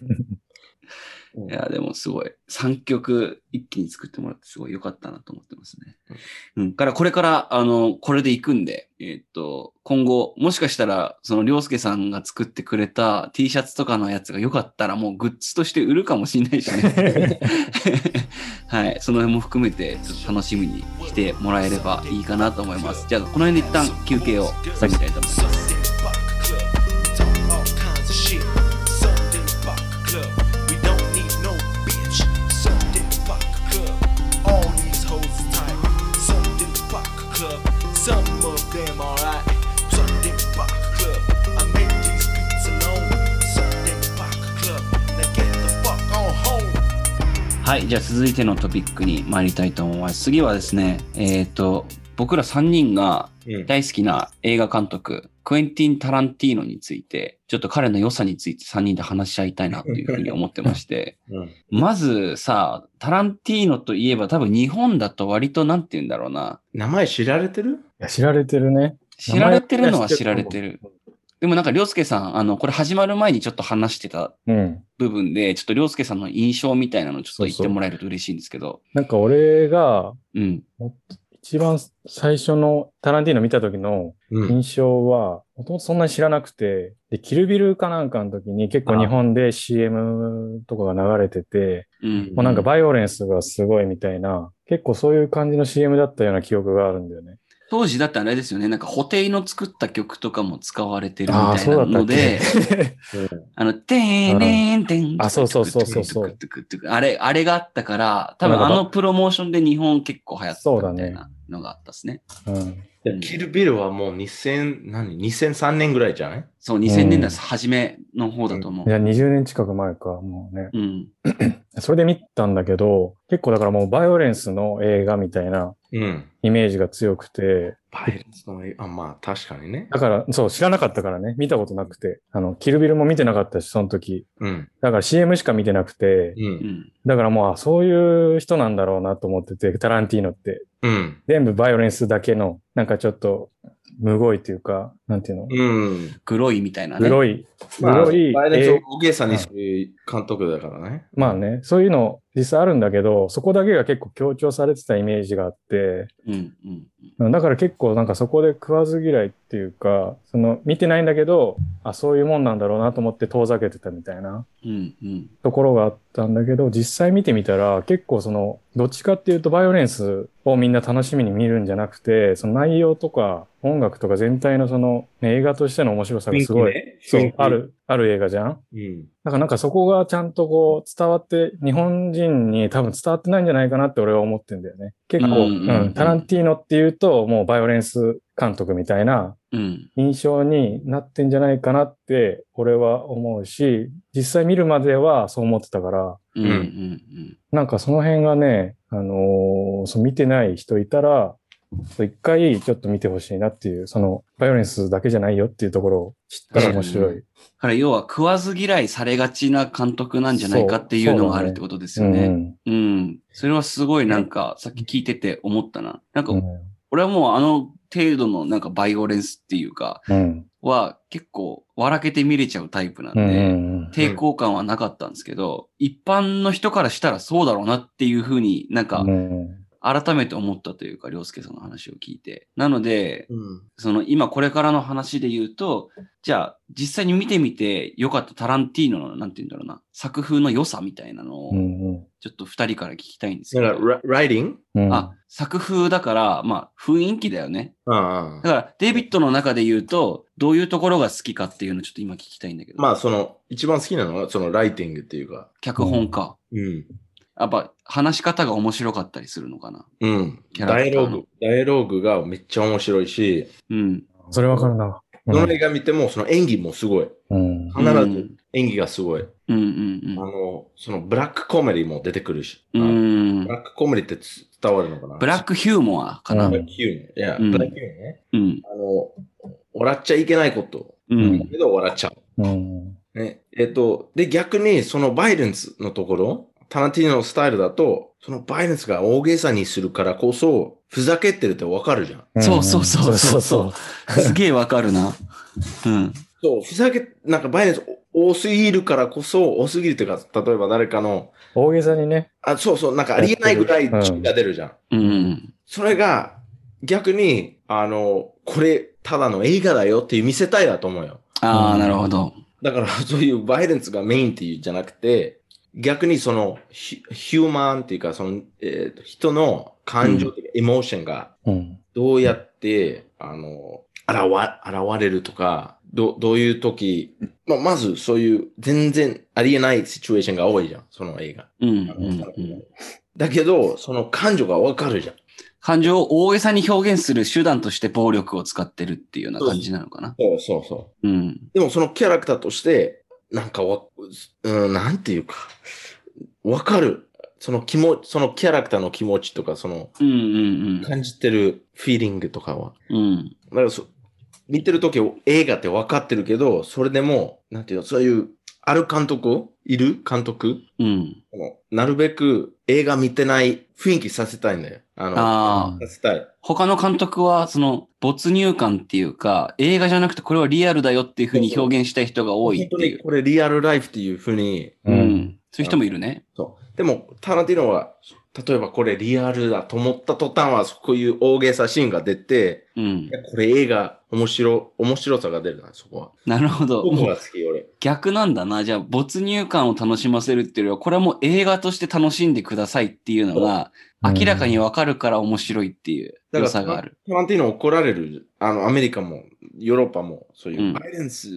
[SPEAKER 1] いや、でもすごい。3曲一気に作ってもらってすごい良かったなと思ってますね。うん。から、これから、あの、これで行くんで、えーっと、今後、もしかしたら、その、りょうすけさんが作ってくれた T シャツとかのやつが良かったら、もうグッズとして売るかもしれないし [LAUGHS] ね。はい。その辺も含めて、ちょっと楽しみにしてもらえればいいかなと思います。じゃあ、この辺で一旦休憩をさせたいと思います。
[SPEAKER 4] Sunday Rock Club. We don't need no bitch. Sunday Rock Club.
[SPEAKER 1] はい、じゃあ続いてのトピックに参りたいと思います。次はですね、えっ、と、僕ら3人が
[SPEAKER 2] うん
[SPEAKER 1] 大好きな映画監督、クエンティン・タランティーノについて、ちょっと彼の良さについて3人で話し合いたいなというふうに思ってま [LAUGHS] して、
[SPEAKER 2] うん
[SPEAKER 1] まずさ、タランティーノといえば多分日本だと割となんて言うんだろうな、
[SPEAKER 2] 名前知られてる
[SPEAKER 3] や知られてるね。
[SPEAKER 1] 知られてるのは知られてる。でもなんか、りょうすけさん、あの、これ始まる前にちょっと話してた
[SPEAKER 3] うん。
[SPEAKER 1] 部分で、ちょっとりょうすけさんの印象みたいなのちょっと言っ
[SPEAKER 3] そう
[SPEAKER 1] て
[SPEAKER 3] そう
[SPEAKER 1] もらえると嬉しいんですけど。
[SPEAKER 3] なんか俺が
[SPEAKER 1] うん。
[SPEAKER 3] 一番最初のタランティーノ見た時の
[SPEAKER 2] うん。
[SPEAKER 3] 印象は、もともとそんなに知らなくて、で、キルビルかなんかの時に結構日本で CM とかが流れてて、
[SPEAKER 1] うん。
[SPEAKER 3] もうなんかバイオレンスがすごいみたいな、結構そういう感じの CM だったような記憶があるんだよね。
[SPEAKER 1] 当時だってあれですよね、なんか、布袋の作った曲とかも使われてるみ
[SPEAKER 3] ああ、
[SPEAKER 1] たい
[SPEAKER 3] そう
[SPEAKER 1] な
[SPEAKER 3] だった
[SPEAKER 1] の
[SPEAKER 3] っ
[SPEAKER 1] で、
[SPEAKER 3] け
[SPEAKER 1] あの、てーねーんてん。
[SPEAKER 3] あそうそうそうそうそう
[SPEAKER 1] トゥクトゥクトゥクトゥクトゥクあれ、あれがあったから、多分あのプロモーションで日本結構流行った
[SPEAKER 3] そうだ
[SPEAKER 1] み
[SPEAKER 3] ね
[SPEAKER 1] たいなのがあったですね。
[SPEAKER 3] うん。
[SPEAKER 1] うん
[SPEAKER 2] キルビルはもう2000、何 ?2003 年ぐらいじゃない
[SPEAKER 1] そう、2000年代初めの方だと思う
[SPEAKER 3] い。や、20年近く前か、もうね。
[SPEAKER 1] うん。
[SPEAKER 3] それで見たんだけど、結構だからもうバイオレンスの映画みたいな
[SPEAKER 2] うん。
[SPEAKER 3] イメージが強くて、
[SPEAKER 2] バイレンスの映画、あまあ確かにね。
[SPEAKER 3] だから、そう、知らなかったからね、見たことなくて、あの、キルビルも見てなかったし、その時。
[SPEAKER 2] うん。
[SPEAKER 3] だから CM しか見てなくて、
[SPEAKER 2] う。
[SPEAKER 1] うんん。
[SPEAKER 3] だからもう、あ、そういう人なんだろうなと思ってて、タランティーノって。
[SPEAKER 2] うん。
[SPEAKER 3] 全部バイオレンスだけの、なんかちょっと、むごいというか、なんていうの
[SPEAKER 2] うん。
[SPEAKER 1] 黒いみたいなね。
[SPEAKER 3] 黒い、
[SPEAKER 2] まあ、
[SPEAKER 3] 黒い、
[SPEAKER 2] バイレンス
[SPEAKER 3] え
[SPEAKER 2] を
[SPEAKER 3] ー
[SPEAKER 2] 大げさにする監督だからね。
[SPEAKER 3] まあね、そういうの実際あるんだけど、そこだけが結構強調されてたイメージがあって、
[SPEAKER 1] うん。うん。
[SPEAKER 3] だから結構なんかそこで食わず嫌いっていうか、その見てないんだけど、あ、そういうもんなんだろうなと思って遠ざけてたみたいな
[SPEAKER 1] うん。うん。
[SPEAKER 3] ところがあったんだけど、実際見てみたら結構その、どっちかっていうとバイオレンスをみんな楽しみに見るんじゃなくて、その内容とか音楽とか全体のその、ね映画としての面白さがすごい、
[SPEAKER 2] ね
[SPEAKER 3] そう、あ。る、ある映画じゃん
[SPEAKER 2] うん。
[SPEAKER 3] だからなんかそこがちゃんとこう伝わって、日本人に多分伝わってないんじゃないかなって俺は思ってんだよね。結構、
[SPEAKER 1] う
[SPEAKER 3] うんん
[SPEAKER 1] うんうん
[SPEAKER 3] タランティーノっていうともうバイオレンス監督みたいな
[SPEAKER 1] うん。
[SPEAKER 3] 印象になってんじゃないかなって俺は思うし、実際見るまではそう思ってたから、
[SPEAKER 1] うん。うん。うん。
[SPEAKER 3] なんかその辺がね、あのーそう見てない人いたら、一回ちょっと見てほしいなっていう、そのバイオレンスだけじゃないよっていうところを知ったら面白い。
[SPEAKER 1] だから要は食わず嫌いされがちな監督なんじゃないかっていうのがあるってことですよ
[SPEAKER 3] う
[SPEAKER 1] ね。
[SPEAKER 3] ん
[SPEAKER 1] うん。それはすごいなんか、さっき聞いてて思ったな。なんか
[SPEAKER 3] う、ん
[SPEAKER 1] 俺はもうあの程度のなんかバイオレンスっていうか、
[SPEAKER 3] うん
[SPEAKER 1] は結構笑けて見れちゃうタイプなん
[SPEAKER 3] うんうん
[SPEAKER 1] で、
[SPEAKER 3] うん
[SPEAKER 1] 抵抗感はなかったんですけど、一般の人からしたらそうだろうなっていうふうになんか
[SPEAKER 3] うん
[SPEAKER 1] 改めて思ったというか、りょうすけさんの話を聞いて。なので、
[SPEAKER 2] うん。
[SPEAKER 1] その今これからの話で言うと、じゃあ実際に見てみて良かったタランティーノのなんて言うんだろうな、作風の良さみたいなの
[SPEAKER 3] う
[SPEAKER 1] を
[SPEAKER 3] んうん
[SPEAKER 1] ちょっと二人から聞きたいんですけ
[SPEAKER 2] だ
[SPEAKER 1] ど。
[SPEAKER 2] から、ラライディング
[SPEAKER 3] うん
[SPEAKER 1] あ、作風だから、まあ雰囲気だよね。
[SPEAKER 2] あ
[SPEAKER 1] だ
[SPEAKER 2] あ
[SPEAKER 1] からデイビッドの中で言うと、どういうところが好きかっていうのをちょっと今聞きたいんだけど。
[SPEAKER 2] まあ、その、一番好きなのは、そのライティングっていうか。
[SPEAKER 1] 脚本か。
[SPEAKER 2] うん。
[SPEAKER 1] やっぱ話し方が面白かったりするのかな。
[SPEAKER 2] うん。
[SPEAKER 1] キャラ
[SPEAKER 2] ダ
[SPEAKER 1] ク
[SPEAKER 2] イ
[SPEAKER 1] ター
[SPEAKER 2] ロ
[SPEAKER 1] の
[SPEAKER 2] ーグ。ダイアローグがめっちゃ面白いし、
[SPEAKER 1] うん。
[SPEAKER 3] それわかるな。
[SPEAKER 2] どの映画見ても、その演技もすごい。
[SPEAKER 3] うん
[SPEAKER 2] 必
[SPEAKER 1] うん
[SPEAKER 2] ず演技がすごい。
[SPEAKER 1] うん
[SPEAKER 2] あの、その、ブラックコメディも出てくるし。
[SPEAKER 1] うんうん。うん
[SPEAKER 2] ブ。ラックコメディってつ伝わるのかな
[SPEAKER 1] ブラックヒューモアかな。
[SPEAKER 3] う
[SPEAKER 2] ブ
[SPEAKER 3] ん
[SPEAKER 2] ラックヒューね。いや、
[SPEAKER 1] うん
[SPEAKER 2] ブラックヒューね。
[SPEAKER 1] うん。
[SPEAKER 2] あの、笑っちゃいけないこと。
[SPEAKER 1] うん
[SPEAKER 2] だ。けど笑っちゃう。
[SPEAKER 3] うん
[SPEAKER 2] ね、えっ、と、で、逆に、そのバイレンスのところ、タランティーノのスタイルだと、そのバイレンスが大げさにするからこそ、ふざけてるってわかるじゃん。
[SPEAKER 1] そうそうそうそう
[SPEAKER 3] そう
[SPEAKER 1] すげえわかるな。うん。
[SPEAKER 2] そう、ふざけ、なんかバイレンス多すぎるからこそ、多すぎるっていうか、例えば誰かの、
[SPEAKER 3] 大げさにね。
[SPEAKER 2] あ、そうそう、なんかありえないぐらい血が出るじゃん。
[SPEAKER 1] うん。
[SPEAKER 2] それが、逆に、あの、これ、ただの映画だよっていう見せたいだと思うよ。
[SPEAKER 1] あ
[SPEAKER 3] う
[SPEAKER 1] あ、
[SPEAKER 3] ん
[SPEAKER 1] なるほど。
[SPEAKER 2] だから、そういうバイレンスがメインっていうじゃなくて、逆にそのヒュヒューマンっていうか、その、えーと人の感情というか、エモーションが
[SPEAKER 3] うん
[SPEAKER 2] どうやって、あの、現わ現れるとか、どどういう時、まあ、まずそういう全然ありえないシチュエーションが多いじゃん、その映画。
[SPEAKER 1] うん
[SPEAKER 2] あの
[SPEAKER 1] うんうん。
[SPEAKER 2] だけど、その感情がわかるじゃん。
[SPEAKER 1] 感情を大げさに表現する手段として暴力を使ってるっていうような感じなのかな。
[SPEAKER 2] そうそうそう。
[SPEAKER 1] うん。
[SPEAKER 2] でもそのキャラクターとして、なんかわ、うん、なんていうか、わかる。その気持ち、そのキャラクターの気持ちとか、その
[SPEAKER 1] うんうん
[SPEAKER 2] 感じてるフィーリングとかは。
[SPEAKER 1] うん。うん。
[SPEAKER 2] だからそ見てるとき映画って分かってるけど、それでも、なんていうの、そういう、ある監督いる監督
[SPEAKER 1] うん。
[SPEAKER 2] あのなるべく映画見てない雰囲気させたいんだよ。あの、
[SPEAKER 1] ああ。
[SPEAKER 2] させたい。
[SPEAKER 1] 他の監督は、その、没入感っていうか、映画じゃなくてこれはリアルだよっていうふうに表現したい人が多いっ
[SPEAKER 2] 本当
[SPEAKER 1] てい
[SPEAKER 2] に
[SPEAKER 1] う。
[SPEAKER 2] これリアルライフっていうふうに。
[SPEAKER 1] う
[SPEAKER 3] うん
[SPEAKER 1] ん。そういう人もいるね。
[SPEAKER 2] そう。でも、タランティーノは、例えばこれリアルだと思った途端は、こういう大げさシーンが出て、
[SPEAKER 1] うん
[SPEAKER 2] い。やこれ映画、面白、面白さが出るな、そこは。
[SPEAKER 1] なるほど。
[SPEAKER 2] 僕
[SPEAKER 1] もう
[SPEAKER 2] が好き、俺。
[SPEAKER 1] 逆なんだな。じゃあ、没入感を楽しませるっていうよりは、これはもう映画として楽しんでくださいっていうのが、
[SPEAKER 3] うん
[SPEAKER 1] 明らかにわかるから面白いっていう
[SPEAKER 2] だ
[SPEAKER 1] 良
[SPEAKER 2] から
[SPEAKER 1] さがある。
[SPEAKER 2] タランティーノ怒られる。あの、アメリカも、ヨーロッパも、そういううんバイデンス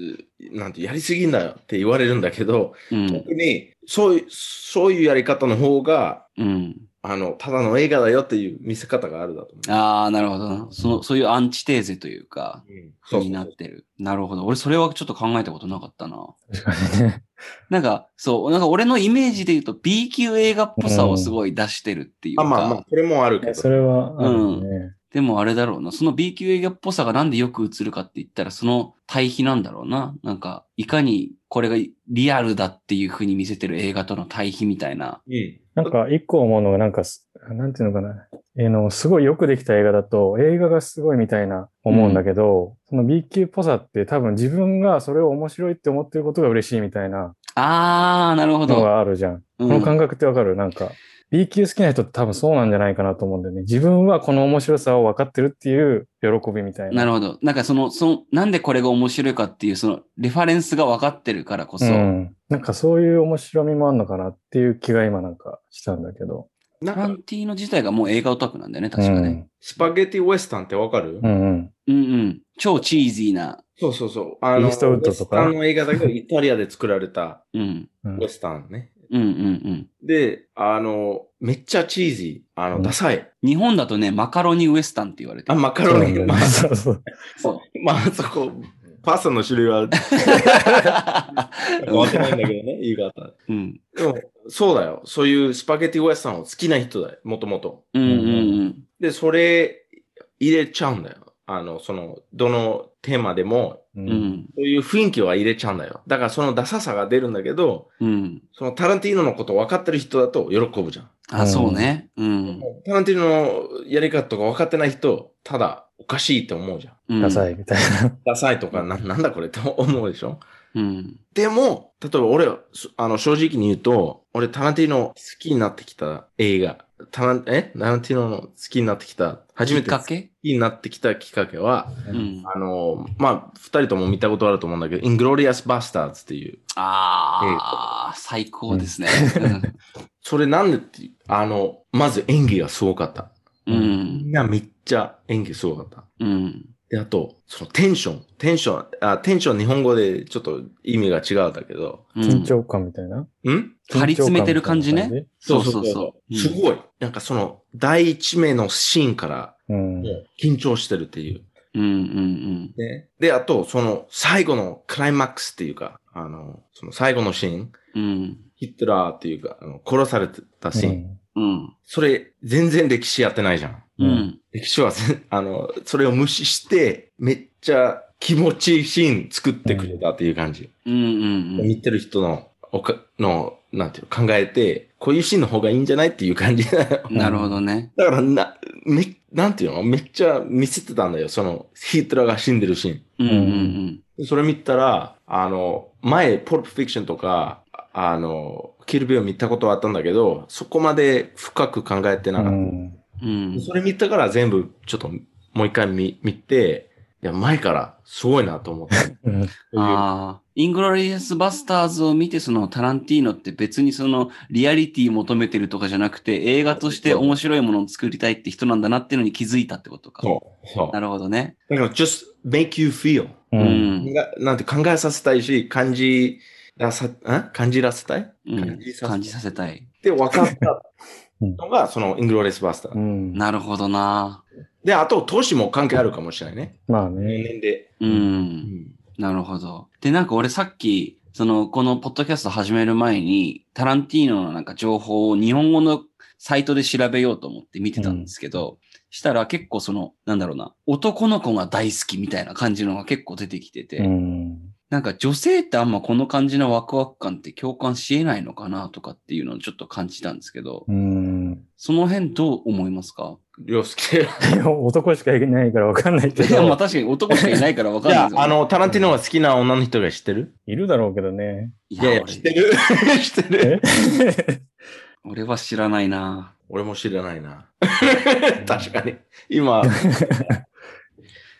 [SPEAKER 2] なんてやりすぎんだよって言われるんだけど、
[SPEAKER 1] うん。
[SPEAKER 2] 特に、そういう、そういうやり方の方が、
[SPEAKER 1] うん。
[SPEAKER 2] あの、ただの映画だよっていう見せ方があるだと思う。
[SPEAKER 1] ああ、なるほどな。その、そういうアンチテーゼというか、
[SPEAKER 2] うんそう
[SPEAKER 1] になってる。なるほど。俺、それはちょっと考えたことなかったな。
[SPEAKER 3] 確かにね。
[SPEAKER 1] なんか、そう、なんか俺のイメージで言うと B 級映画っぽさをすごい出してるっていう
[SPEAKER 2] あ
[SPEAKER 1] か、
[SPEAKER 2] まあまあ、これもあるけ
[SPEAKER 3] ね
[SPEAKER 2] ど
[SPEAKER 3] そ。れはあるよね、
[SPEAKER 1] でもあれだろうな、その B 級映画っぽさがなんでよく映るかって言ったら、その対比なんだろうな。なんか、いかにこれがリアルだっていう風に見せてる映画との対比みたいな。
[SPEAKER 2] うん。
[SPEAKER 3] なんか一個思うのが、なんかす、なんていうのかな。えーの、すごいよくできた映画だと、映画がすごいみたいな思うんだけど、その B 級っぽさって多分自分がそれを面白いって思ってることが嬉しいみたいな
[SPEAKER 1] あー、なるほ
[SPEAKER 3] の
[SPEAKER 1] ど。
[SPEAKER 3] があるじゃん。
[SPEAKER 1] う
[SPEAKER 3] この
[SPEAKER 1] ん、
[SPEAKER 3] 感覚ってわかるなんか、B 級好きな人って多分そうなんじゃないかなと思うんだよね。自分はこの面白さを分かってるっていう喜びみたい
[SPEAKER 1] な
[SPEAKER 3] な。
[SPEAKER 1] る
[SPEAKER 3] ほ
[SPEAKER 1] ほど。なんかその、その、なんでこれが面白いかっていう、その、レファレンスが分かってるからこそ、
[SPEAKER 3] うん。なんかそういう面白みもあるのかなっていう気が今なんかしたんだけど。
[SPEAKER 2] な
[SPEAKER 1] タラ
[SPEAKER 2] んか、
[SPEAKER 1] ンティーノ自体がもう映画オタクなんだよね、確かね。
[SPEAKER 2] スパゲティウエスタンってわかる
[SPEAKER 3] うん。うんうん。
[SPEAKER 1] うん、うん、超チーズィーな。
[SPEAKER 2] そうそうそう。あの、
[SPEAKER 3] イーストウッドと
[SPEAKER 2] ウエ
[SPEAKER 3] か
[SPEAKER 2] スタンの映画だけど、イタリアで作られた
[SPEAKER 1] うん。
[SPEAKER 3] うん
[SPEAKER 2] ウエスタンね。
[SPEAKER 1] うんうんうん。
[SPEAKER 2] で、あの、めっちゃチーズィー。あ
[SPEAKER 3] う
[SPEAKER 2] の、
[SPEAKER 3] ん
[SPEAKER 2] ダサい。
[SPEAKER 1] 日本だとね、マカロニウエスタンって言われて
[SPEAKER 2] あ、
[SPEAKER 1] る。
[SPEAKER 2] マカ
[SPEAKER 3] そう
[SPEAKER 2] ロ
[SPEAKER 3] なん
[SPEAKER 2] ニ
[SPEAKER 3] だ。よ
[SPEAKER 2] ま
[SPEAKER 3] ね。
[SPEAKER 2] あ、
[SPEAKER 3] そうそう。
[SPEAKER 1] そう。
[SPEAKER 2] まあ、そこ、パスタの種類は変わってないんだけ
[SPEAKER 3] [LAUGHS]
[SPEAKER 2] どね、言い方。
[SPEAKER 1] うん。
[SPEAKER 2] でも、そうだよ。そういうスパゲティウエスタンを好きな人だよ、もともと。
[SPEAKER 1] うんうんうん。
[SPEAKER 2] で、それ、入れちゃうんだよ。あの、その、どのテーマでも、
[SPEAKER 3] う
[SPEAKER 1] う。ん。
[SPEAKER 2] そういう雰囲気は入れちゃうんだよ。だから、そのダサさが出るんだけど、
[SPEAKER 1] うん。
[SPEAKER 2] そのタランティーノのこと分かってる人だと喜ぶじゃん。
[SPEAKER 1] あ、そうね。うん。
[SPEAKER 2] タランティーノのやり方とか分かってない人、ただおかしいって思うじゃん。
[SPEAKER 1] うん
[SPEAKER 3] ダサい。みたいな。
[SPEAKER 2] ダサいとか、ななんだこれ [LAUGHS] って思うでしょ
[SPEAKER 1] うん。
[SPEAKER 2] でも、例えば俺、そあの、正直に言うと、俺タランティーノ好きになってきた映画、タラン、えタランティーノの好きになってきた、初め
[SPEAKER 1] きってか
[SPEAKER 2] 好き
[SPEAKER 1] け
[SPEAKER 2] になってきたきっかけは、
[SPEAKER 1] う。
[SPEAKER 3] うん
[SPEAKER 2] あの、まあ、二人とも見たことあると思うんだけど、イングロリアスバスターズっていう、
[SPEAKER 1] ああ、最高ですね。
[SPEAKER 2] それなんでって、あの、まず演技がすごかった。
[SPEAKER 1] う
[SPEAKER 2] み
[SPEAKER 1] ん。
[SPEAKER 2] んなめっちゃ演技すごかった。
[SPEAKER 1] うん。
[SPEAKER 2] で、あと、そのテンション、テンション、あ、テンション日本語でちょっと意味が違うんだけど、
[SPEAKER 1] うん
[SPEAKER 3] 緊張感みたいな。
[SPEAKER 2] ん
[SPEAKER 1] 張り詰めてる感じね
[SPEAKER 3] 緊張感み
[SPEAKER 1] そうそうそう。
[SPEAKER 2] す
[SPEAKER 1] い。
[SPEAKER 2] ごい。なんかその、第一名のシーンから、
[SPEAKER 3] たいな感
[SPEAKER 2] も
[SPEAKER 3] じ。
[SPEAKER 2] う緊張してるっていう。
[SPEAKER 1] うんうん
[SPEAKER 2] ね。で、あと、その、最後のクライマックスっていうか、あの、その最後のシーン、
[SPEAKER 1] うん。うん。
[SPEAKER 2] ヒットラーっていうか、あの殺された
[SPEAKER 3] う
[SPEAKER 2] シーン。
[SPEAKER 3] ん。
[SPEAKER 1] うん。
[SPEAKER 2] それ、全然歴史やってないじゃん。
[SPEAKER 1] うん。
[SPEAKER 2] 歴史はぜ、あの、それを無視して、めっちゃ気持ちいいシーン作ってくれたっていう感じ。
[SPEAKER 1] うんうんうん。
[SPEAKER 2] 見てる人の、おか、の、なんていうの、考えて、こういうシーンの方がいいんじゃないっていう感じ [LAUGHS] だよ。
[SPEAKER 1] なるほどね。
[SPEAKER 2] だから、な、め、なんていうのめっちゃ見せてたんだよ。その、ヒトラーが死んでるシ
[SPEAKER 1] うんうん
[SPEAKER 2] ーン。それ見たら、あの、前、ポルプフィクションとか、ああの、キルビを見たことはあったんだけど、そこまで深く考えてなかった。
[SPEAKER 3] うん
[SPEAKER 1] うん。うん。
[SPEAKER 2] それ見たから全部、ちょっと、もう一回見、見て、いや、前から、すごいなと思った。
[SPEAKER 3] うん
[SPEAKER 1] ああ、イングロリアス・バスターズを見て、そのタランティーノって別にそのリアリティ求めてるとかじゃなくて、映画として面白いものを作りたいって人なんだなっていうのに気づいたってことか。
[SPEAKER 2] そう。そう。
[SPEAKER 1] なるほどね。
[SPEAKER 2] だから、just make you feel.
[SPEAKER 3] う。
[SPEAKER 1] うんん。
[SPEAKER 2] がなんて考えさせたいし、感じらさ、ん感じらせたいっ
[SPEAKER 1] うん感
[SPEAKER 2] 感
[SPEAKER 1] じ
[SPEAKER 2] じ
[SPEAKER 1] させたい。
[SPEAKER 2] て分かった
[SPEAKER 3] うん
[SPEAKER 2] のが、そのイングロレスバスター。
[SPEAKER 3] うん
[SPEAKER 1] なるほどな。
[SPEAKER 2] で、あと、投資も関係あるかもしれないね。
[SPEAKER 3] まあね。
[SPEAKER 2] 年齢で。
[SPEAKER 1] うん。なるほど。で、なんか俺さっき、その、このポッドキャスト始める前に、タランティーノのなんか情報を日本語のサイトで調べようと思って見てたんですけど、したら結構その、なんだろうな、男の子が大好きみたいな感じのが結構出てきてて、
[SPEAKER 3] うん。
[SPEAKER 1] なんか女性ってあんまこの感じのワクワク感って共感し得ないのかなとかっていうのをちょっと感じたんですけど、
[SPEAKER 3] うん。
[SPEAKER 1] その辺どう思いますか
[SPEAKER 2] りょうすけ。い
[SPEAKER 3] いや [LAUGHS] 男しかいないからわかんないけ
[SPEAKER 1] い [LAUGHS] や、まあ
[SPEAKER 3] ど、
[SPEAKER 1] 確かに男しかいないからわかんない
[SPEAKER 2] や
[SPEAKER 1] で、すよ
[SPEAKER 2] あの、タランティーノが好きな女の人が知ってる
[SPEAKER 3] いるだろうけどね。
[SPEAKER 1] い
[SPEAKER 2] いやいや、
[SPEAKER 1] 俺
[SPEAKER 2] 知ってる [LAUGHS] 知ってる
[SPEAKER 3] え [LAUGHS]
[SPEAKER 1] 俺は知らないな。
[SPEAKER 2] 俺も知らないな。 [LAUGHS] 確かに。 [LAUGHS] 今、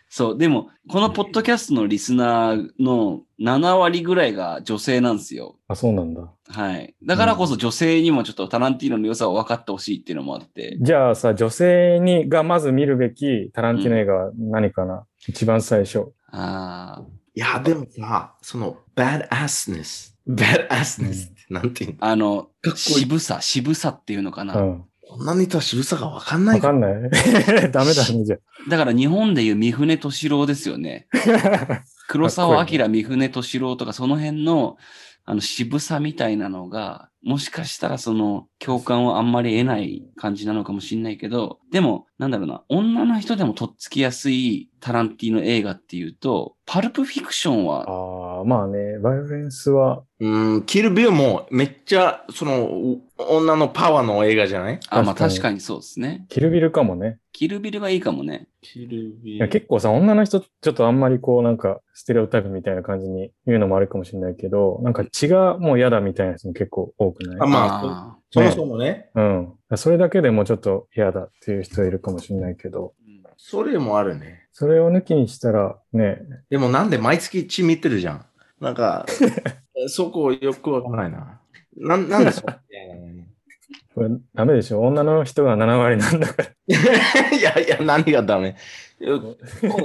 [SPEAKER 1] そう、でも、このポッドキャストのリスナーの7割ぐらいが女性なんですよ。
[SPEAKER 3] あ、そうなんだ。
[SPEAKER 1] はい。だからこそ女性にもちょっとタランティーノの良さを分かってほしいっていうのもあって。
[SPEAKER 3] じゃあさ、女性にがまず見るべきタランティーノ映画は何かな、一番最初。
[SPEAKER 1] あ
[SPEAKER 2] いや、でもさ、その、バッアスネス。バッアスネスって、なんていうの
[SPEAKER 1] あ、あの
[SPEAKER 2] かっこいい
[SPEAKER 1] 渋さ、渋さっていうのかな。
[SPEAKER 3] うん。
[SPEAKER 2] 女の人は渋さがわかんな
[SPEAKER 3] わ
[SPEAKER 2] いか
[SPEAKER 3] かんないダメだね、じゃ
[SPEAKER 1] だから日本でいう三船敏郎ですよね。
[SPEAKER 3] あ。
[SPEAKER 1] 黒
[SPEAKER 3] か
[SPEAKER 1] 沢
[SPEAKER 3] っこい
[SPEAKER 1] 明、三船敏郎とかその辺のあの渋さみたいなのが、もしかしたらその共感をあんまり得ない感じなのかもしれないけど、でも、なんだろうな、女の人でもとっつきやすいタランティーノ映画っていうと、パルプフィクションは、
[SPEAKER 3] ああ、まあね、バイオレンスは、
[SPEAKER 2] うん、キルビルもめっちゃ、その、う女のパワーの映画じゃない
[SPEAKER 1] あまあ
[SPEAKER 3] 確かに
[SPEAKER 1] 確かにそうですね。
[SPEAKER 3] キルビルかもね。
[SPEAKER 1] キルビルがいいかもね。
[SPEAKER 2] キルビ
[SPEAKER 3] いや結構さ、女の人、ちょっとあんまりこう、なんか、ステレオタイプみたいな感じに言うのもあるかもしれないけど、なんか血がもう嫌だみたいな人も結構多く
[SPEAKER 2] あ
[SPEAKER 3] ない
[SPEAKER 2] まあ
[SPEAKER 1] あー
[SPEAKER 2] そもそもね、
[SPEAKER 3] うん。それだけでもちょっと嫌だっていう人いるかもしれないけど、
[SPEAKER 1] うん
[SPEAKER 2] それもあるね。
[SPEAKER 3] それを抜きにしたら、ね、
[SPEAKER 2] でもなんで毎月血見てるじゃん。なん
[SPEAKER 3] [LAUGHS]
[SPEAKER 2] か、そこよくわかんないな。なん、なんでそう
[SPEAKER 3] これダメでしょ女の人が7割なんだから。
[SPEAKER 2] [LAUGHS] いやいや、何がダメいや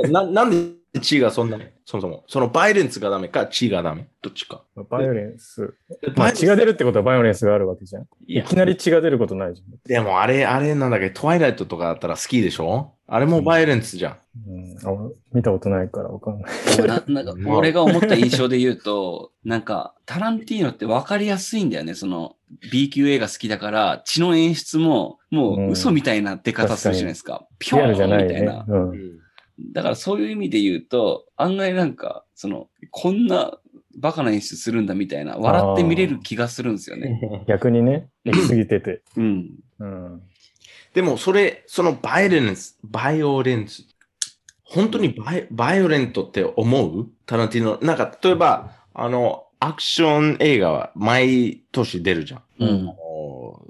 [SPEAKER 2] ななんで血がそんなにそもそも。そのバイレンスがダメか、血がダメ。どっちか。
[SPEAKER 1] [LAUGHS]
[SPEAKER 3] バイオレンス。ま
[SPEAKER 2] バイオ
[SPEAKER 3] あ、
[SPEAKER 2] レンス
[SPEAKER 3] 血が出るってことはバイオレンスがあるわけじゃん。
[SPEAKER 2] い
[SPEAKER 3] い
[SPEAKER 2] や
[SPEAKER 3] きなり血が出ることないじ
[SPEAKER 2] でもあれ、あれなんだっけ、トワイライトとかだったら好きでしょあれもバイレンスじゃん。
[SPEAKER 3] ゃん。うん、あ俺見たことないからわかんな
[SPEAKER 1] [LAUGHS]
[SPEAKER 3] い。
[SPEAKER 1] ななんか俺が思った印象で言うと、なんか、タランティーノって分かりやすいんだよね。その、B 級映画好きだから、血の演出も、もう嘘みたいな出方するじゃないですか。ピョ
[SPEAKER 3] リア
[SPEAKER 1] ー
[SPEAKER 3] ルじゃな
[SPEAKER 1] ン
[SPEAKER 3] い
[SPEAKER 1] みたい
[SPEAKER 3] ね
[SPEAKER 1] な。。
[SPEAKER 3] うん。
[SPEAKER 1] だからそういう意味で言うと、案外なんか、その、こんなバカな演出するんだみたいな、笑って見れる気がするんですよね。
[SPEAKER 3] 逆にね、行き過ぎてて。
[SPEAKER 1] うん。
[SPEAKER 3] うん。
[SPEAKER 2] [LAUGHS] でもそれ、そのバイオレンス、バイオレンス、本当にバイバイオレントって思うタランティーノ。なんか、例えば、あの、アクション映画は毎年出るじゃん。
[SPEAKER 1] う
[SPEAKER 2] あ
[SPEAKER 1] ん。
[SPEAKER 2] の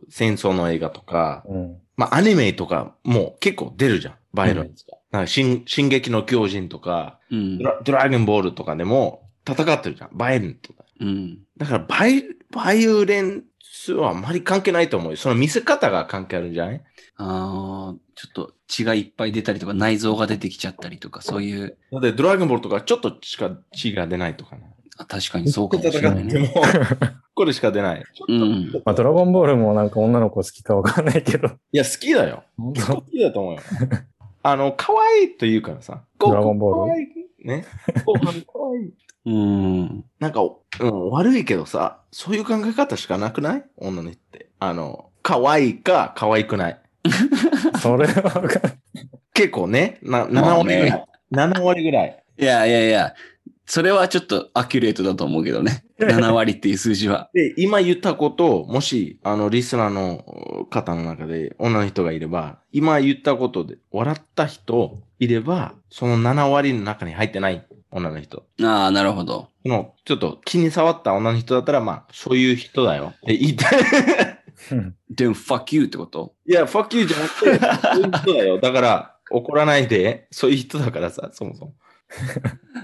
[SPEAKER 2] 戦争の映画とか、
[SPEAKER 3] うん。
[SPEAKER 2] まあ、アニメとかも結構出るじゃん。バイオレンスが。なんか進、進撃の巨人とか、
[SPEAKER 1] うん
[SPEAKER 2] ド。ラドラゴンボールとかでも戦ってるじゃん。バイオレントだ。
[SPEAKER 1] うん。
[SPEAKER 2] だからバイ、バイオレンスはあまり関係ないと思うよ。その見せ方が関係あるんじゃない
[SPEAKER 1] ああ、ちょっと血がいっぱい出たりとか、内臓が出てきちゃったりとか、そういう、
[SPEAKER 2] だってドラゴンボールとかちょっとしか血が出ないとかね。
[SPEAKER 1] あ確かにそうかもしれない
[SPEAKER 2] 戦
[SPEAKER 1] ね。
[SPEAKER 2] っても、これしか出ない。
[SPEAKER 1] うん。
[SPEAKER 3] まあ、ドラゴンボールもなんか女の子好きかわかんないけど。
[SPEAKER 2] いや、好きだよ。好きだと思うよ。あの、可愛いと言うからさ。
[SPEAKER 3] ドラゴンボール
[SPEAKER 2] 可愛いね。ご飯可愛い。
[SPEAKER 1] うん。
[SPEAKER 2] なんか、うん、悪いけどさ、そういう考え方しかなくない女の人って。あの、可愛いか可愛くない。
[SPEAKER 3] [LAUGHS] それはわかん
[SPEAKER 1] [LAUGHS]
[SPEAKER 3] ない。
[SPEAKER 2] 結構ね、な7
[SPEAKER 1] まあ
[SPEAKER 2] 割ぐ
[SPEAKER 1] ね
[SPEAKER 2] らい。7割ぐらい。
[SPEAKER 1] いやいやいや、それはちょっとアキュレートだと思うけど [LAUGHS] ね。7割っていう数字は。
[SPEAKER 2] で、今言ったことを、もし、あの、リスナーの方の中で女の人がいれば、今言ったことで、笑った人いれば、その7割の中に入ってない女の人。
[SPEAKER 1] ああ、なるほど。
[SPEAKER 2] その、ちょっと気に触った女の人だったら、まあ、そういう人だよ。え、言いたい。
[SPEAKER 3] うん
[SPEAKER 1] でも、fuck you ってこと
[SPEAKER 2] いや、fuck you じゃなくて、そういう人だよ。だから、怒らないで、そういう人だからさ、そもそも。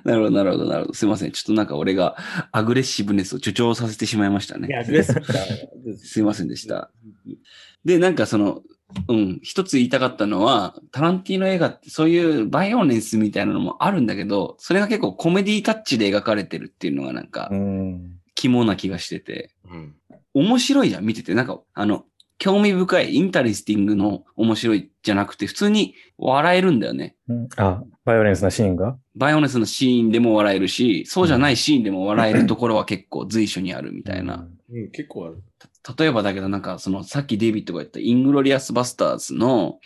[SPEAKER 1] なるほど、なるほど、なるほど。すいません。ちょっとなんか俺がアグレッシブネスを助長させてしまいましたね。
[SPEAKER 2] アグレッシ
[SPEAKER 1] [LAUGHS]
[SPEAKER 2] ブ
[SPEAKER 1] すいませんでした。で、なんかその、うん、一つ言いたかったのは、タランティーノ映画ってそういうバイオレンスみたいなのもあるんだけど、それが結構コメディタッチで描かれてるっていうのがなんか
[SPEAKER 3] うん。
[SPEAKER 1] 肝な気がしてて。
[SPEAKER 2] うん。
[SPEAKER 1] 面白いじゃん、見てて。なんか、あの、興味深い、インタリスティングの面白いじゃなくて、普通に笑えるんだよね。
[SPEAKER 3] うんあ、バイオレンスなシーンが
[SPEAKER 1] バイオネスのシーンでも笑えるし、そうじゃないシーンでも笑えるところは結構随所にあるみ
[SPEAKER 3] み
[SPEAKER 1] たいな。。
[SPEAKER 2] うん、結構あ [LAUGHS] る。
[SPEAKER 1] 例えばだけど、なんか、その、さっきデイビッドが言ったイングロリアス・バスターズの、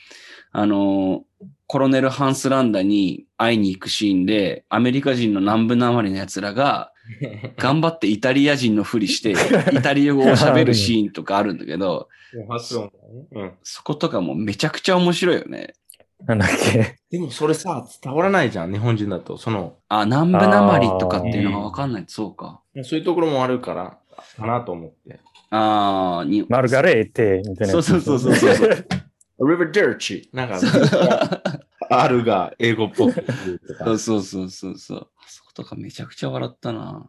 [SPEAKER 1] あのー、コロネル・ハンス・ランダに会いに行くシーンで、アメリカ人の南部なまりの奴らが、頑張ってイタリア人のふり
[SPEAKER 2] [LAUGHS]
[SPEAKER 1] して、イタリア語を喋るシーンとかあるんだけど、
[SPEAKER 2] 発音がね。うん。
[SPEAKER 1] そことかもめちゃくちゃ面白いよね。
[SPEAKER 3] [LAUGHS] なんだっけ。
[SPEAKER 2] でもそれさ、伝わらないじゃん、日本人だと。その、
[SPEAKER 1] あ、南部なまりとかっていうのがわかんない。そうか。
[SPEAKER 2] そういうところもあるから、かなと思って。
[SPEAKER 1] あーに、
[SPEAKER 3] マルガレーテみたいな
[SPEAKER 1] そう
[SPEAKER 3] やつ。
[SPEAKER 1] そうそうそうそう。
[SPEAKER 2] River Dirty! なんか、R が英語っぽく言うとか。
[SPEAKER 1] そうそうそうそうそう。あそことかめちゃくちゃ笑ったな。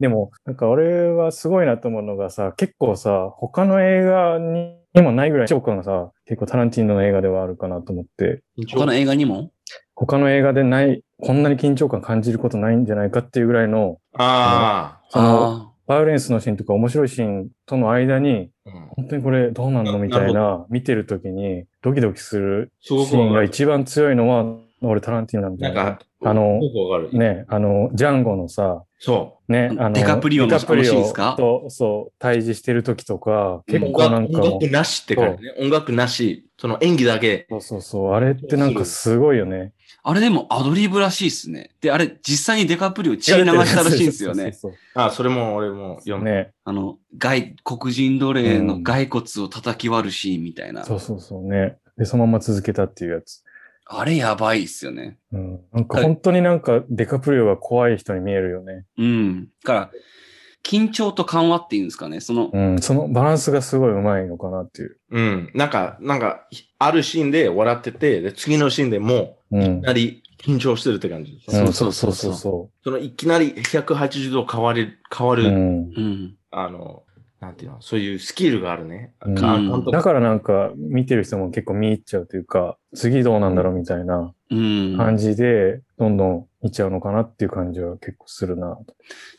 [SPEAKER 3] でも、なんか俺はすごいなと思うのがさ、結構さ、他の映画にもないぐらい、ショックがさ、結構タランティーノの映画ではあるかなと思って、
[SPEAKER 1] 他の映画にも
[SPEAKER 3] 他の映画でない、こんなに緊張感感じることないんじゃないかっていうぐらいの、
[SPEAKER 2] あ
[SPEAKER 3] その、
[SPEAKER 1] あ
[SPEAKER 3] バイオレンスのシーンとか面白いシーンとの間に、
[SPEAKER 2] あ、うん
[SPEAKER 3] 本当にこれどうなんのみたいな、見てるときにドキドキする
[SPEAKER 2] す
[SPEAKER 3] シ
[SPEAKER 2] ごく
[SPEAKER 3] ーン
[SPEAKER 2] わか
[SPEAKER 3] が
[SPEAKER 2] る。
[SPEAKER 3] 一番強いのは、俺タランティーノなんじ
[SPEAKER 2] な
[SPEAKER 3] ゃ
[SPEAKER 2] ん
[SPEAKER 3] ない
[SPEAKER 2] か、
[SPEAKER 3] あの
[SPEAKER 2] すごくわかる。
[SPEAKER 3] ね、あの、ジャンゴのさ、
[SPEAKER 2] そ
[SPEAKER 3] ね、
[SPEAKER 1] あの
[SPEAKER 3] あの、
[SPEAKER 1] デカプリオの
[SPEAKER 3] デカプリ
[SPEAKER 1] あのシーン
[SPEAKER 3] オ
[SPEAKER 1] ですか
[SPEAKER 3] と、そう、対峙してる時とか、
[SPEAKER 1] うん
[SPEAKER 2] う。
[SPEAKER 3] 結構なん
[SPEAKER 2] 音楽
[SPEAKER 3] かも
[SPEAKER 2] 音楽なしって感じね。音楽なし、その演技だけ。
[SPEAKER 3] そうそうそう、あれってなんかすごいよね。
[SPEAKER 1] あれでもアドリブらしいっすね。で、あれ実際にデカプリを血流したらしいんですよね。
[SPEAKER 3] [LAUGHS] そうそう
[SPEAKER 2] あ、それも俺も
[SPEAKER 3] そう。
[SPEAKER 2] 読んだ。
[SPEAKER 3] ね、
[SPEAKER 1] あの、外、黒人奴隷
[SPEAKER 3] う
[SPEAKER 1] の
[SPEAKER 3] ん
[SPEAKER 1] 骸骨を叩き割るシーンみたいな。
[SPEAKER 3] そうそうそうね。で、そのまま続けたっていうやつ。
[SPEAKER 1] あれやばいっすよね。
[SPEAKER 3] うん、なんか本当になんかデカプリオが怖い人に見えるよね。
[SPEAKER 1] うん。だから、緊張と緩和っていうんですかね。その、
[SPEAKER 3] うん、そのバランスがすごい上手いのかなっていう。
[SPEAKER 2] うん。なんか、なんか、あるシーンで笑ってて、で次のシーンでも
[SPEAKER 3] う
[SPEAKER 2] う、い
[SPEAKER 3] ん。
[SPEAKER 2] きなり緊張してるって感じ。
[SPEAKER 1] そう
[SPEAKER 3] うん
[SPEAKER 1] そうそうそう
[SPEAKER 3] そ
[SPEAKER 2] そのいきなり180度変わる、変わ
[SPEAKER 3] う。
[SPEAKER 2] る、
[SPEAKER 3] うん。
[SPEAKER 1] うん。
[SPEAKER 2] あの、なんていうの、そういうスキルがあるね。
[SPEAKER 3] うん
[SPEAKER 2] か監督
[SPEAKER 3] だからなんか見てる人も結構見入っちゃうというか、次どうなんだろうみたいな
[SPEAKER 1] うん。
[SPEAKER 3] 感じで、どんどん見ちゃうのかなっていう感じは結構するなと。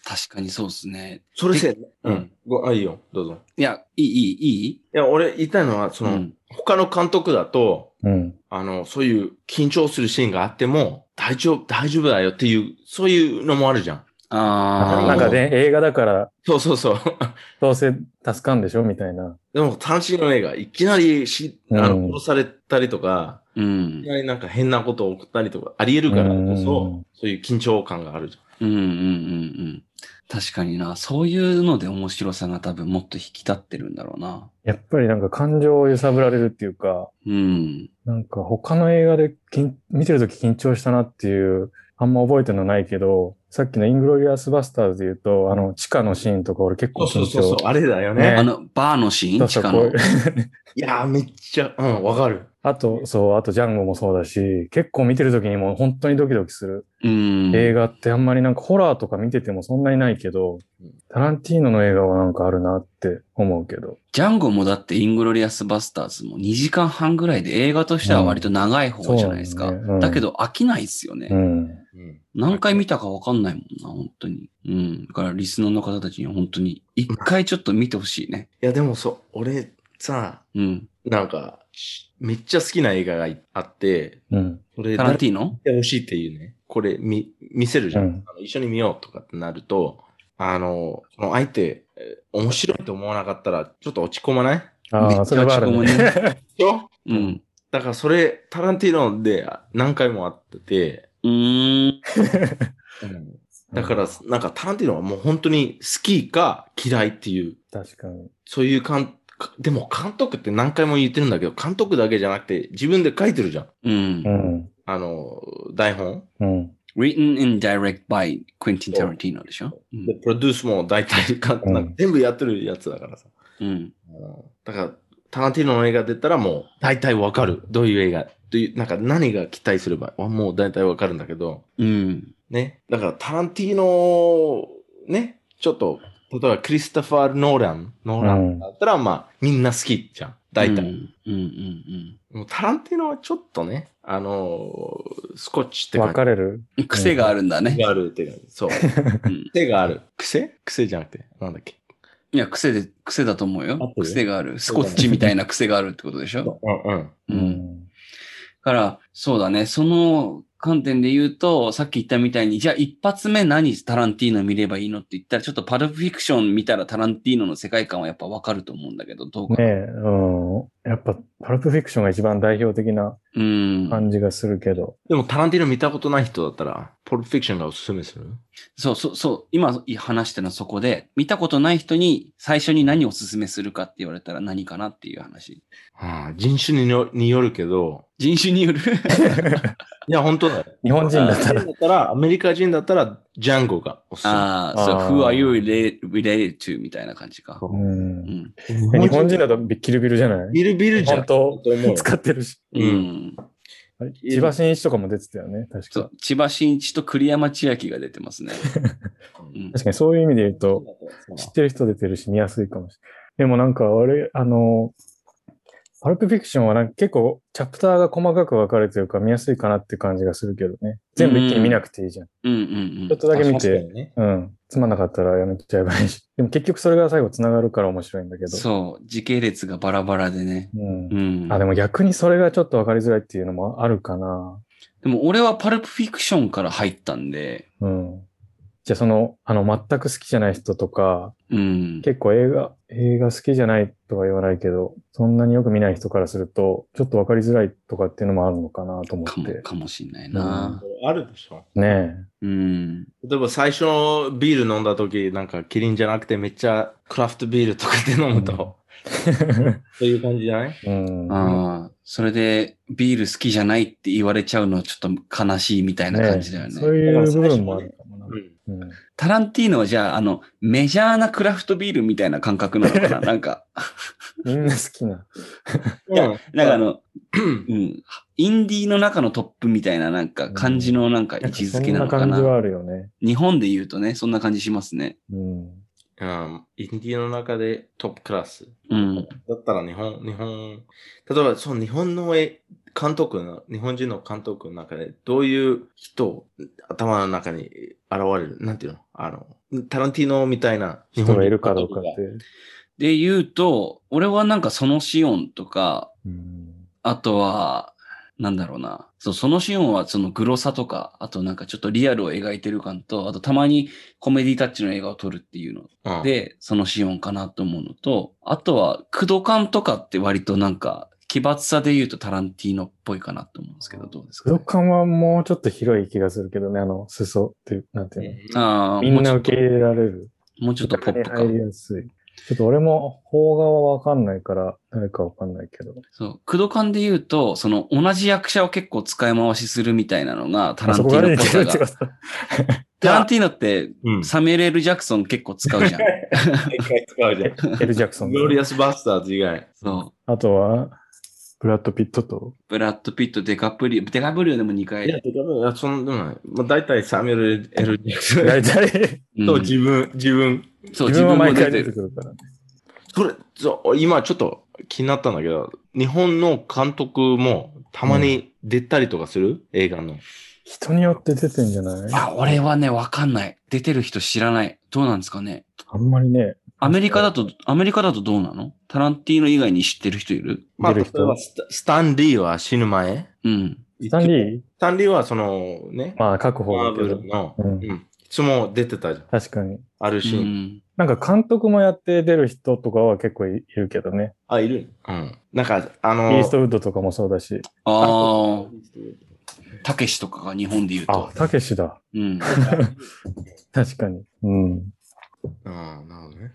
[SPEAKER 1] 確かにそうっすね。
[SPEAKER 2] それせ、
[SPEAKER 1] う
[SPEAKER 2] うんん。ごあ、いいよ、どうぞ。
[SPEAKER 1] いや、いい、いい、いい
[SPEAKER 2] いや、俺言いたいのは、その、
[SPEAKER 1] うん
[SPEAKER 2] 他の監督だと、
[SPEAKER 3] うん。
[SPEAKER 2] あの、そういう緊張するシーンがあっても、大丈夫、大丈夫だよっていう、そういうのもあるじゃん。
[SPEAKER 1] あ
[SPEAKER 2] ー
[SPEAKER 1] あ。
[SPEAKER 3] なんかね、映画だから
[SPEAKER 2] そうそうそう。 [LAUGHS]
[SPEAKER 3] どうせ助かんでしょみたいな。
[SPEAKER 2] でも、単身の映画、いきなりし、あ
[SPEAKER 3] うん
[SPEAKER 2] の、殺されたりとか、
[SPEAKER 1] うん
[SPEAKER 2] いき。なりなんか変なことを起こったりとか、あり得るからこ
[SPEAKER 3] う
[SPEAKER 2] そ
[SPEAKER 3] ん、
[SPEAKER 2] そういう緊張感があるじゃん。
[SPEAKER 1] うんうんうんうん。確かにな。そういうので面白さが多分もっと引き立ってるんだろうな。
[SPEAKER 3] やっぱりなんか感情を揺さぶられるっていうか、
[SPEAKER 1] うん。
[SPEAKER 3] なんか他の映画で緊見てるとき緊張したなっていう、あんま覚えてるのないけど、さっきのイングロリアスバスターズで言うと、あの、地下のシーンとか俺結構
[SPEAKER 2] そう
[SPEAKER 3] 緊張。
[SPEAKER 2] そうそうそう、あれだよね。
[SPEAKER 3] ね
[SPEAKER 1] あの、バーのシー
[SPEAKER 3] そ
[SPEAKER 1] ン
[SPEAKER 3] う
[SPEAKER 1] 地
[SPEAKER 3] そう
[SPEAKER 1] 下
[SPEAKER 3] こうい
[SPEAKER 1] の
[SPEAKER 3] う。
[SPEAKER 2] いやー、めっちゃ、うん、わかる。
[SPEAKER 3] あと、そう、あとジャンゴもそうだし、結構見てる時にもう本当にドキドキする。
[SPEAKER 1] うん。
[SPEAKER 3] [LAUGHS] 映画ってあんまりなんかホラーとか見ててもそんなにないけど
[SPEAKER 2] うん、
[SPEAKER 3] タランティーノの映画はなんかあるなって思うけど。
[SPEAKER 1] ジャンゴもだってイングロリアスバスターズも2時間半ぐらいで映画としては割と長い方じゃないですか。
[SPEAKER 3] そうなんだよねうん
[SPEAKER 1] だけど飽きないっすよね。
[SPEAKER 3] うん。
[SPEAKER 2] うん、
[SPEAKER 1] 何回見たかわかんないもんな、本当に。うん。だからリスナーの方たちには本当に一回ちょっと見てほしいね。
[SPEAKER 2] いや、でもそう、俺さ、
[SPEAKER 1] うん。
[SPEAKER 2] なんか、めっちゃ好きな映画があって、
[SPEAKER 3] うん。
[SPEAKER 2] それ、
[SPEAKER 1] タランテ
[SPEAKER 2] ィ
[SPEAKER 1] ィーノ
[SPEAKER 2] てほしいっていうね、これ見、見せるじゃん,、
[SPEAKER 3] うん
[SPEAKER 2] あの。一緒に見ようとかってなると、あの、その相手、えー面白いと思わなかったら、ちょっと落ち込まない
[SPEAKER 1] めっ
[SPEAKER 3] あ
[SPEAKER 1] ちゃ
[SPEAKER 3] あ、それはある
[SPEAKER 1] 落ち込
[SPEAKER 3] ね。
[SPEAKER 2] そ
[SPEAKER 1] う
[SPEAKER 2] う
[SPEAKER 1] ん。
[SPEAKER 2] だからそれ、タランティーノであ何回もあってて、
[SPEAKER 1] うーん。
[SPEAKER 2] だから、なんかタランティーノはもう本当に好きか嫌いっていう
[SPEAKER 3] 確かに。
[SPEAKER 2] そういうかん、かでも監督って何回も言ってるんだけど、監督だけじゃなくて自分で書いてるじゃん。
[SPEAKER 1] うん
[SPEAKER 3] う。ん。
[SPEAKER 2] あの、台本。
[SPEAKER 3] うん。
[SPEAKER 1] Written and direct by Quentin Tarantino でしょ、うん
[SPEAKER 2] で、プロデュースも大体か、
[SPEAKER 3] うん
[SPEAKER 2] なんか全部やってるやつだからさ。
[SPEAKER 1] うん。
[SPEAKER 2] うんだから、タランティーノの映画出たらもう大体わかる。どういう映画、どういう、なんか何が期待すれば、あもう大体わかるんだけど、
[SPEAKER 1] うん。
[SPEAKER 2] ね。だからタランティーノ、ね、ちょっと、例えばクリストファー・ノーラン、ノーランだったら、まあ、みんな好きじゃん。大体。
[SPEAKER 1] うんうんうん
[SPEAKER 2] もうタランティーノはちょっとね、あのースコッチって
[SPEAKER 3] 分
[SPEAKER 2] 感
[SPEAKER 3] かれる。
[SPEAKER 1] うん。癖があるんだ
[SPEAKER 2] じ
[SPEAKER 1] ね。
[SPEAKER 2] があるって感じ。そう。
[SPEAKER 1] うん
[SPEAKER 2] 癖がある。癖癖じゃなくて、なんだっけ。
[SPEAKER 1] いや、癖で、癖だと思うよ
[SPEAKER 4] 合っ。てる
[SPEAKER 1] 癖がある。スコッチみたいな癖があるってことでしょ。
[SPEAKER 2] うんうん。
[SPEAKER 1] う。
[SPEAKER 3] うん
[SPEAKER 1] だから、そうだね。その観点で言うと、さっき言ったみたいに、じゃあ一発目何タランティーノ見ればいいのって言ったら、ちょっとパルプフィクション見たらタランティーノの世界観はやっぱわかると思うんだけど、どうか。
[SPEAKER 3] ねえ、うん。やっぱ、パルプフィクションが一番代表的な
[SPEAKER 1] うん。
[SPEAKER 3] 感じがするけど。
[SPEAKER 2] でも、タランティーノ見たことない人だったら、ポルプフィクションがおすすめする
[SPEAKER 1] そうそうそう。今話してるのはそこで、見たことない人に最初に何をおすすめするかって言われたら何かなっていう話。
[SPEAKER 2] ああ、人種によによるけど、
[SPEAKER 1] 人種
[SPEAKER 3] [LAUGHS]
[SPEAKER 1] による
[SPEAKER 2] いや、本当だよ。
[SPEAKER 3] 日本人だっ
[SPEAKER 2] 日
[SPEAKER 3] た
[SPEAKER 2] 本人だったら、アメリカ人だったら、ジャンゴがおすすめ。
[SPEAKER 1] ああ、そう、
[SPEAKER 3] あー。
[SPEAKER 1] who are you related, related to みたいな感じか。
[SPEAKER 2] そううん
[SPEAKER 1] うんん。
[SPEAKER 3] え日本人だとビッキルビルじゃない
[SPEAKER 2] ビルビルじゃん。
[SPEAKER 3] 本当
[SPEAKER 2] と思うよ
[SPEAKER 3] 使ってるし。
[SPEAKER 1] う
[SPEAKER 2] うん
[SPEAKER 1] ん。
[SPEAKER 3] あれ千葉真一とかも出てたよね、確
[SPEAKER 1] そ
[SPEAKER 3] か
[SPEAKER 1] う。、千葉真一と栗山千明が出てます
[SPEAKER 3] [LAUGHS]
[SPEAKER 1] ね。うん
[SPEAKER 3] 確かにそういう意味で言うと、知ってる人出てるし見やすいかもしれない。でもなんかあれ、あの、パルプフィクションはなんか結構チャプターが細かく分かれてるから見やすいかなって感じがするけどね。全部一気に見なくていいじゃん。
[SPEAKER 1] うんうん
[SPEAKER 3] ちょっとだけ見
[SPEAKER 2] 確
[SPEAKER 3] て、
[SPEAKER 2] かにね
[SPEAKER 3] うん。つまんなかったらやめちゃえばいいし。でも結局それが最後繋がるから面白いんだけ
[SPEAKER 1] うん。
[SPEAKER 3] ど。
[SPEAKER 1] そう、時系列がバラバラでね。
[SPEAKER 3] う。ん
[SPEAKER 1] う。ん。
[SPEAKER 3] あ、でも逆にそれがちょっと分かりづらいっていうのもあるかな。
[SPEAKER 1] でも俺はパルプフィクションから入ったんで、
[SPEAKER 3] うん。じゃあその、あの、全く好きじゃない人とか、
[SPEAKER 1] うん。
[SPEAKER 3] 結構映画、映画好きじゃないとは言わないけど、そんなによく見ない人からすると、ちょっとわかりづらいとかっていうのもあるのかなと思
[SPEAKER 1] か
[SPEAKER 3] っ
[SPEAKER 1] も
[SPEAKER 3] て。
[SPEAKER 1] かもしんないな。
[SPEAKER 2] あるでしょ。
[SPEAKER 3] ね
[SPEAKER 1] うん。
[SPEAKER 2] 例えば最初のビール飲んだ時なんかキリンじゃなくてめっちゃクラフトビールとかで飲むと、
[SPEAKER 3] うん
[SPEAKER 2] そういう感じじゃない
[SPEAKER 3] え。うん。
[SPEAKER 1] ああ、それでビール好きじゃないって言われちゃうのはちょっと悲しいみたいな感じだよね。
[SPEAKER 3] そういう部分もあるかもな。うん。
[SPEAKER 1] タランティーノはじゃあ、あの、メジャーなクラフトビールみたいな感覚なのかな
[SPEAKER 3] [LAUGHS]
[SPEAKER 1] なんか、
[SPEAKER 3] みんな好きな。
[SPEAKER 2] いや、
[SPEAKER 1] なんかあの、うん、インディーの中のトップみたいななんか感じのなんか位置づけなのか
[SPEAKER 3] そんな感じは
[SPEAKER 1] な。
[SPEAKER 3] あるよね。
[SPEAKER 1] 日本で言うとね、そんな感じしますね。
[SPEAKER 3] うん。
[SPEAKER 2] うん、インディーの中でトップクラス。
[SPEAKER 1] うん。
[SPEAKER 2] だったら日本、日本、例えばそう日本のえ監督の、日本人の監督の中で、どういう人、頭の中に現れる、なんていうのあの、タランティーノみたいな日
[SPEAKER 3] 人
[SPEAKER 2] 本
[SPEAKER 3] が
[SPEAKER 2] 人
[SPEAKER 3] い
[SPEAKER 2] の
[SPEAKER 3] る
[SPEAKER 2] 監
[SPEAKER 3] かどう
[SPEAKER 2] 督
[SPEAKER 3] かっ
[SPEAKER 2] が
[SPEAKER 3] て。
[SPEAKER 1] で言うと、俺はなんかそのシオンとか、
[SPEAKER 3] うん。
[SPEAKER 1] あとは、なんだろうな。そう、そのシーンはそのグロさとか、あとなんかちょっとリアルを描いてる感と、あとたまにコメディタッチの映画を撮るっていうの
[SPEAKER 2] うん、
[SPEAKER 1] で、そのシーンかなと思うのと、あとは、駆動感とかって割となんか、奇抜さで言うとタランティーノっぽいかなと思うんですけど、どうですか、
[SPEAKER 3] 武
[SPEAKER 1] ね
[SPEAKER 3] 道、館はもうちょっと広い気がするけどね、あの、裾っていう、なんていうの。
[SPEAKER 1] ああ、
[SPEAKER 3] みんな
[SPEAKER 1] もうち
[SPEAKER 3] 受
[SPEAKER 1] ょっ
[SPEAKER 3] け入れられる。
[SPEAKER 1] ともうちょっとポップか
[SPEAKER 3] 入。りやすい。ちょっと俺も邦画はわかんないから、誰かわかんないけど。
[SPEAKER 1] そう、駆動感で言うと、その同じ役者を結構使い回しするみたいなのがタランティーノっぽ
[SPEAKER 3] そこ
[SPEAKER 1] さ
[SPEAKER 3] が似てる
[SPEAKER 1] が。
[SPEAKER 3] ってこと
[SPEAKER 1] タランティーノって
[SPEAKER 2] うん。
[SPEAKER 1] サミュエル・ L ジャクソン結構使
[SPEAKER 3] [LAUGHS]
[SPEAKER 1] うじゃん。
[SPEAKER 2] 毎回使うじゃ
[SPEAKER 3] エル・ジャクソ
[SPEAKER 2] ん。
[SPEAKER 3] ン
[SPEAKER 2] グ
[SPEAKER 3] と。
[SPEAKER 2] ロリアスバスターズ以外。
[SPEAKER 1] そう。
[SPEAKER 3] あとは、ブラッド・ピットと。
[SPEAKER 1] ブラッド・ピット、デカプリオ、デカプリオでも2
[SPEAKER 2] いや、
[SPEAKER 1] 回。
[SPEAKER 2] てかいやそんでもない。まあ、大体サミュエル・エル・ジャクソン
[SPEAKER 3] 大体、
[SPEAKER 1] うん
[SPEAKER 2] と自分、自分。
[SPEAKER 1] そう、自
[SPEAKER 3] 自分は
[SPEAKER 1] 分も
[SPEAKER 3] 毎
[SPEAKER 1] 出
[SPEAKER 3] 回
[SPEAKER 1] て
[SPEAKER 3] 出て
[SPEAKER 1] る。
[SPEAKER 3] くるからね。
[SPEAKER 2] それ、そう今ちょっと気になったんだけど、日本の監督もたまに出たりとかする、映画の。
[SPEAKER 3] 人によって出てんじゃない
[SPEAKER 1] あ、俺はね、わかんない。出てる人知らない。どうなんですかね。
[SPEAKER 3] あんまりね。
[SPEAKER 1] アメリカだと、アメリカだとどうなのタランティーノ以外に知ってる人いる
[SPEAKER 2] まあ、
[SPEAKER 3] 出
[SPEAKER 2] 例
[SPEAKER 3] る
[SPEAKER 2] え
[SPEAKER 3] 人
[SPEAKER 2] ばスタスタンリーは死ぬ前。
[SPEAKER 1] うん。
[SPEAKER 3] スタンリー
[SPEAKER 2] スタンリーはそのね、
[SPEAKER 3] まあ、確保
[SPEAKER 2] マ
[SPEAKER 3] だ
[SPEAKER 2] ー
[SPEAKER 3] け
[SPEAKER 2] ブ
[SPEAKER 3] ど
[SPEAKER 2] ル。の、
[SPEAKER 3] うん
[SPEAKER 2] うん、いつも出てたじゃん。
[SPEAKER 3] 確かに。
[SPEAKER 2] ある
[SPEAKER 1] う
[SPEAKER 2] シーン。
[SPEAKER 1] ん。
[SPEAKER 3] なんか監督もやって出る人とかは結構いいるけどね。
[SPEAKER 2] あ、いるうん。なんか、あ
[SPEAKER 3] イ
[SPEAKER 2] の、
[SPEAKER 3] ーストウッドとかもそうだし。
[SPEAKER 1] ああ、たけしとかが日本で言う
[SPEAKER 3] あ
[SPEAKER 1] と、。
[SPEAKER 3] たけしだ。
[SPEAKER 1] うん。
[SPEAKER 3] 確かに。うん。
[SPEAKER 2] ああ、なるほどね。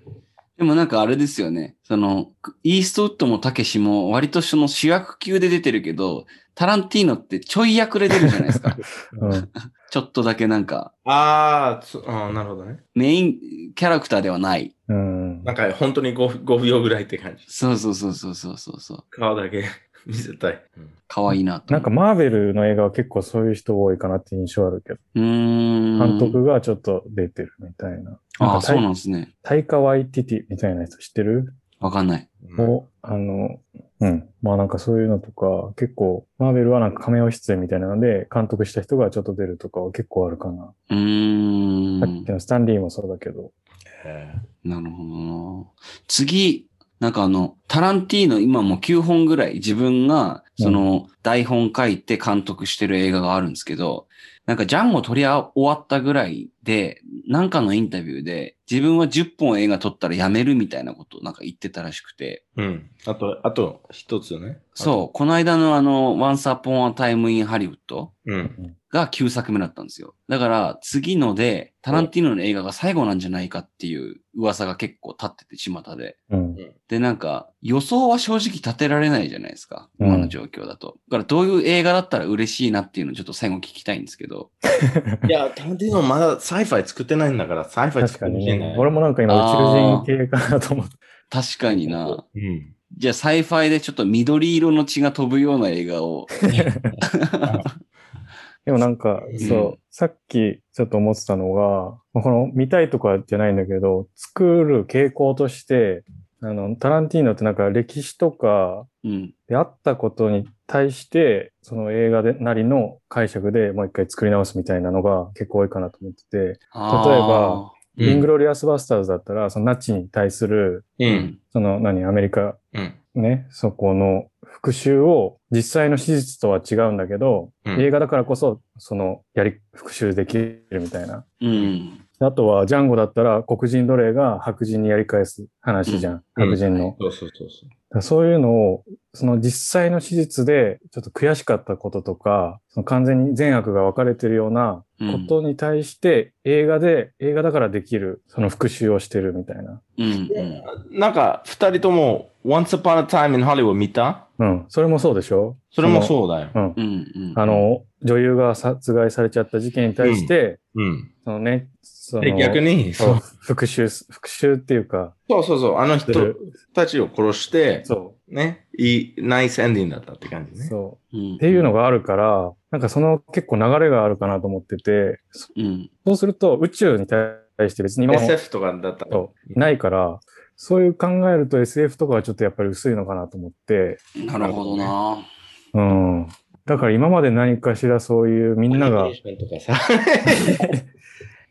[SPEAKER 1] でもなんかあれですよね。その、イーストウッドもたけしも割とその主役級で出てるけど、タランティーノってちょい役で出るじゃないです
[SPEAKER 3] [LAUGHS]
[SPEAKER 1] か。
[SPEAKER 3] うん。
[SPEAKER 1] ちょっとだけなんか、
[SPEAKER 2] あーつあー、なるほどね。
[SPEAKER 1] メインキャラクターではない。
[SPEAKER 3] うん
[SPEAKER 2] な。んか、本当に 5, 5秒ぐらいって感じ。
[SPEAKER 1] そうそうそうそうそうそうそう。
[SPEAKER 2] 顔だけ [LAUGHS] 見せたい。うん
[SPEAKER 1] かわいいなと
[SPEAKER 3] なん
[SPEAKER 1] 思
[SPEAKER 3] かマーベルの映画は結構そういう人多いかなって印象あるけど、
[SPEAKER 1] う。うーん。
[SPEAKER 3] 監督がちょっと出てるみたいな。
[SPEAKER 1] あ
[SPEAKER 3] なん
[SPEAKER 1] あ、
[SPEAKER 3] か
[SPEAKER 1] そう
[SPEAKER 3] タイ
[SPEAKER 1] なんですね。
[SPEAKER 3] タイカワイティティみたいな人知ってる、
[SPEAKER 1] わかんない。
[SPEAKER 2] うん
[SPEAKER 3] を、あの、うん。まあなんかそういうのとか、結構、マーベルはなんか仮面出演みたいなので、監督した人がちょっと出るとかは結構あるかな。
[SPEAKER 1] うー
[SPEAKER 3] さっ
[SPEAKER 1] ん
[SPEAKER 3] き。のスタンリーもそうだけど。
[SPEAKER 2] え
[SPEAKER 1] なるほどな。次、なんかあの、タランティーノ今もう9本ぐらい自分が、その、台本書いて監督してる映画があるんですけど、なんかジャンゴ取り終わったぐらいで、なんかのインタビューで、自分は10本映画撮ったらやめるみたいなことをなんか言ってたらしくて、
[SPEAKER 2] うん。あと、あと一つね。
[SPEAKER 1] そう、この間のあの、Once Upon a Time in Hollywood
[SPEAKER 2] う。うん。
[SPEAKER 1] が9作目だったんですよ。だから、次ので、タランティーノの映画が最後なんじゃないかっていう噂が結構立ってて、巷で。
[SPEAKER 3] うん。
[SPEAKER 1] で、なんか、予想は正直立てられないじゃないですか。今の状況だと。だから、どういう映画だったら嬉しいなっていうのをちょっと最後聞きたいんですけど。
[SPEAKER 2] いや、タランティーノまだサイファイ作ってないんだから、サイファイ
[SPEAKER 3] 確
[SPEAKER 2] 作
[SPEAKER 3] か
[SPEAKER 2] ってほ
[SPEAKER 3] に
[SPEAKER 2] しいね
[SPEAKER 3] ね。。俺もなんか今宇宙人系かなと思って。
[SPEAKER 1] 確かにな。
[SPEAKER 2] うん。
[SPEAKER 1] じゃあ、サイファイでちょっと緑色の血が飛ぶような映画を。
[SPEAKER 3] でもなんか
[SPEAKER 2] うん、
[SPEAKER 3] そう、さっきちょっと思ってたのが、まあこの見たいとかじゃないんだけど、作る傾向として、あの、タランティーノってなんか歴史とか、
[SPEAKER 1] うん。
[SPEAKER 3] であったことに対して、その映画でなりの解釈でもう一回作り直すみたいなのが結構多いかなと思ってて、
[SPEAKER 1] あー
[SPEAKER 3] 例えば、
[SPEAKER 2] うん
[SPEAKER 3] イングロリアスバスターズだったら、そのナチに対する、
[SPEAKER 1] う
[SPEAKER 2] う。
[SPEAKER 1] んん。
[SPEAKER 3] その何、アメリカ
[SPEAKER 2] うん。
[SPEAKER 3] ね、そこの復讐を実際の史実とは違うんだけど、
[SPEAKER 2] うん
[SPEAKER 3] 映画だからこそ、その、やり、復讐できるみたいな。
[SPEAKER 1] うん。
[SPEAKER 3] あとは、ジャンゴだったら黒人奴隷が白人にやり返す話じゃん。
[SPEAKER 2] うん
[SPEAKER 3] 白人の。
[SPEAKER 2] そうそうそうそう。
[SPEAKER 3] だからそういうのを、その実際の史実で、ちょっと悔しかったこととか、その完全に善悪が分かれてるような
[SPEAKER 1] うん
[SPEAKER 3] ことに対して、映画で、映画だからできる、その復讐をしてるみたいな。
[SPEAKER 1] うん。うん
[SPEAKER 2] なんか、二人とも、Once Upon a Time in Hollywood 見た
[SPEAKER 3] うん。それもそうでしょ
[SPEAKER 2] それも
[SPEAKER 3] う。
[SPEAKER 2] そうだよ。
[SPEAKER 3] うん
[SPEAKER 1] う。ん。
[SPEAKER 3] あ、の、女優が殺害されちゃった事件に対して、
[SPEAKER 2] うん。
[SPEAKER 3] そのね、そ
[SPEAKER 2] で、
[SPEAKER 3] の、
[SPEAKER 2] 逆に、
[SPEAKER 3] そ
[SPEAKER 2] そうう
[SPEAKER 3] 復讐す、復讐っていうか、
[SPEAKER 2] そうそうそう、あの
[SPEAKER 3] す
[SPEAKER 2] 人
[SPEAKER 3] る
[SPEAKER 2] たちを殺して、
[SPEAKER 3] そ
[SPEAKER 2] ね、いい、ナイスエンディングだったって感
[SPEAKER 3] う、
[SPEAKER 2] じね。
[SPEAKER 3] そう。
[SPEAKER 1] うん、
[SPEAKER 3] っていうのがあるから、なんかその結構流れがあるかなと思ってて、そ
[SPEAKER 1] うん。
[SPEAKER 3] そうすると宇宙に対して別に今まで
[SPEAKER 2] SF とかだったら
[SPEAKER 3] そうないから、そういう考えると SF とかはちょっとやっぱり薄いのかなと思って、
[SPEAKER 1] なるほどな。
[SPEAKER 3] うん。だから今まで何かしらそういうみんな
[SPEAKER 2] コ
[SPEAKER 3] が
[SPEAKER 2] ミュニケーションとかさ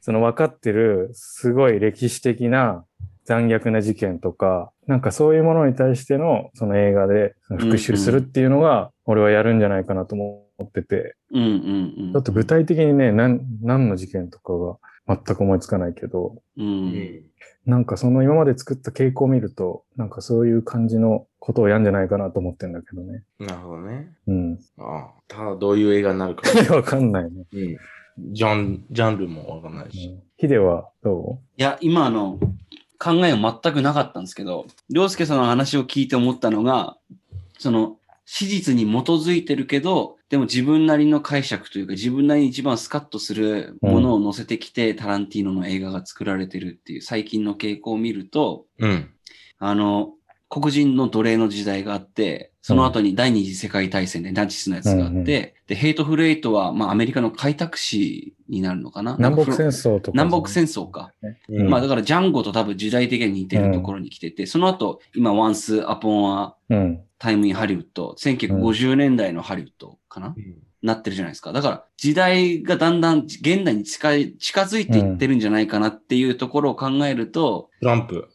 [SPEAKER 3] その分かってるすごい歴史的な残虐な事件とか、なんかそういうものに対してのその映画でその復讐するっていうのが俺はやるんじゃないかなと思ってて、
[SPEAKER 1] うんうんうん。
[SPEAKER 3] ちょっと具体的にね、なん何の事件とかが全く思いつかないけど、
[SPEAKER 1] う。
[SPEAKER 2] うんん
[SPEAKER 3] なんかその今まで作った傾向を見ると、なんかそういう感じのことをやんじゃないかなと思ってんだけどね。
[SPEAKER 2] なるほどね。
[SPEAKER 3] うん。 [LAUGHS]
[SPEAKER 2] ああただどういう映画に [LAUGHS] なるか。
[SPEAKER 3] わかんないね。
[SPEAKER 2] うんジャンジャンルもわかんないし。
[SPEAKER 3] ヒデはど
[SPEAKER 1] いや、今あの、考えは全くなかったんですけど、良介さんの話を聞いて思ったのが、その、史実に基づいてるけど、でも自分なりの解釈というか、自分なりに一番スカッとするものを載せてきて、タランティーノの映画が作られてるっていう最近の傾向を見ると、
[SPEAKER 2] うん。
[SPEAKER 1] あの、黒人の奴隷の時代があって、その後に第二次世界大戦でナチスのやつがあって、
[SPEAKER 3] うんうん
[SPEAKER 1] で、ヘイトフルエイトは、まあアメリカの開拓史になるのかな
[SPEAKER 3] 南北戦
[SPEAKER 1] 争
[SPEAKER 3] 争とか。
[SPEAKER 1] 南北戦争か。
[SPEAKER 2] うん
[SPEAKER 1] まあだからジャンゴと多分時代的に似てるところに来てて、その後、今、ワンス・アポン・ア・
[SPEAKER 3] うん。 [LAUGHS]
[SPEAKER 1] タイム・イン・ハリウッド、1950年代のハリウッドかな、なってるじゃないですか。だから時代がだんだん現代に近い、近づいていってるんじゃないかなっていうところを考える
[SPEAKER 2] [LAUGHS]
[SPEAKER 1] と、
[SPEAKER 2] トランプ。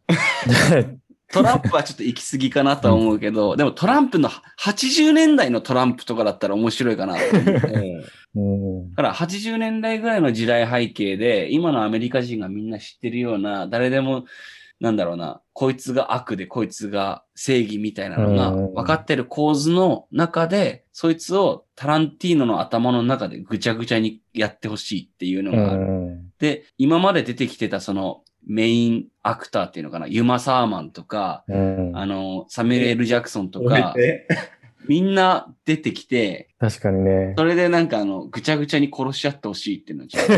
[SPEAKER 1] トランプはちょっと行き過ぎかなとは思うけど、でもトランプの80年代のトランプとかだったら面白いかなと思う。
[SPEAKER 2] うん
[SPEAKER 3] うん。
[SPEAKER 1] だから80年代ぐらいの時代背景で、今のアメリカ人がみんな知ってるような、誰でも、なんだろうな、こいつが悪でこいつが正義みたいなのが
[SPEAKER 3] うん
[SPEAKER 1] 分かってる構図の中で、そいつをタランティーノの頭の中でぐちゃぐちゃにやってほしいっていうの
[SPEAKER 3] う
[SPEAKER 1] がある。
[SPEAKER 3] ん。
[SPEAKER 1] で、今まで出てきてたそのメインアクターっていうのかな、ユマ・サーマンとか、
[SPEAKER 3] うん
[SPEAKER 1] あの、サミュエル・ L ジャクソンとか、
[SPEAKER 2] え
[SPEAKER 1] みんな出てきて、
[SPEAKER 3] 確かにね。 [LAUGHS]
[SPEAKER 1] それでなんかあの、ぐちゃぐちゃに殺し合ってほしいっていうのをちょっと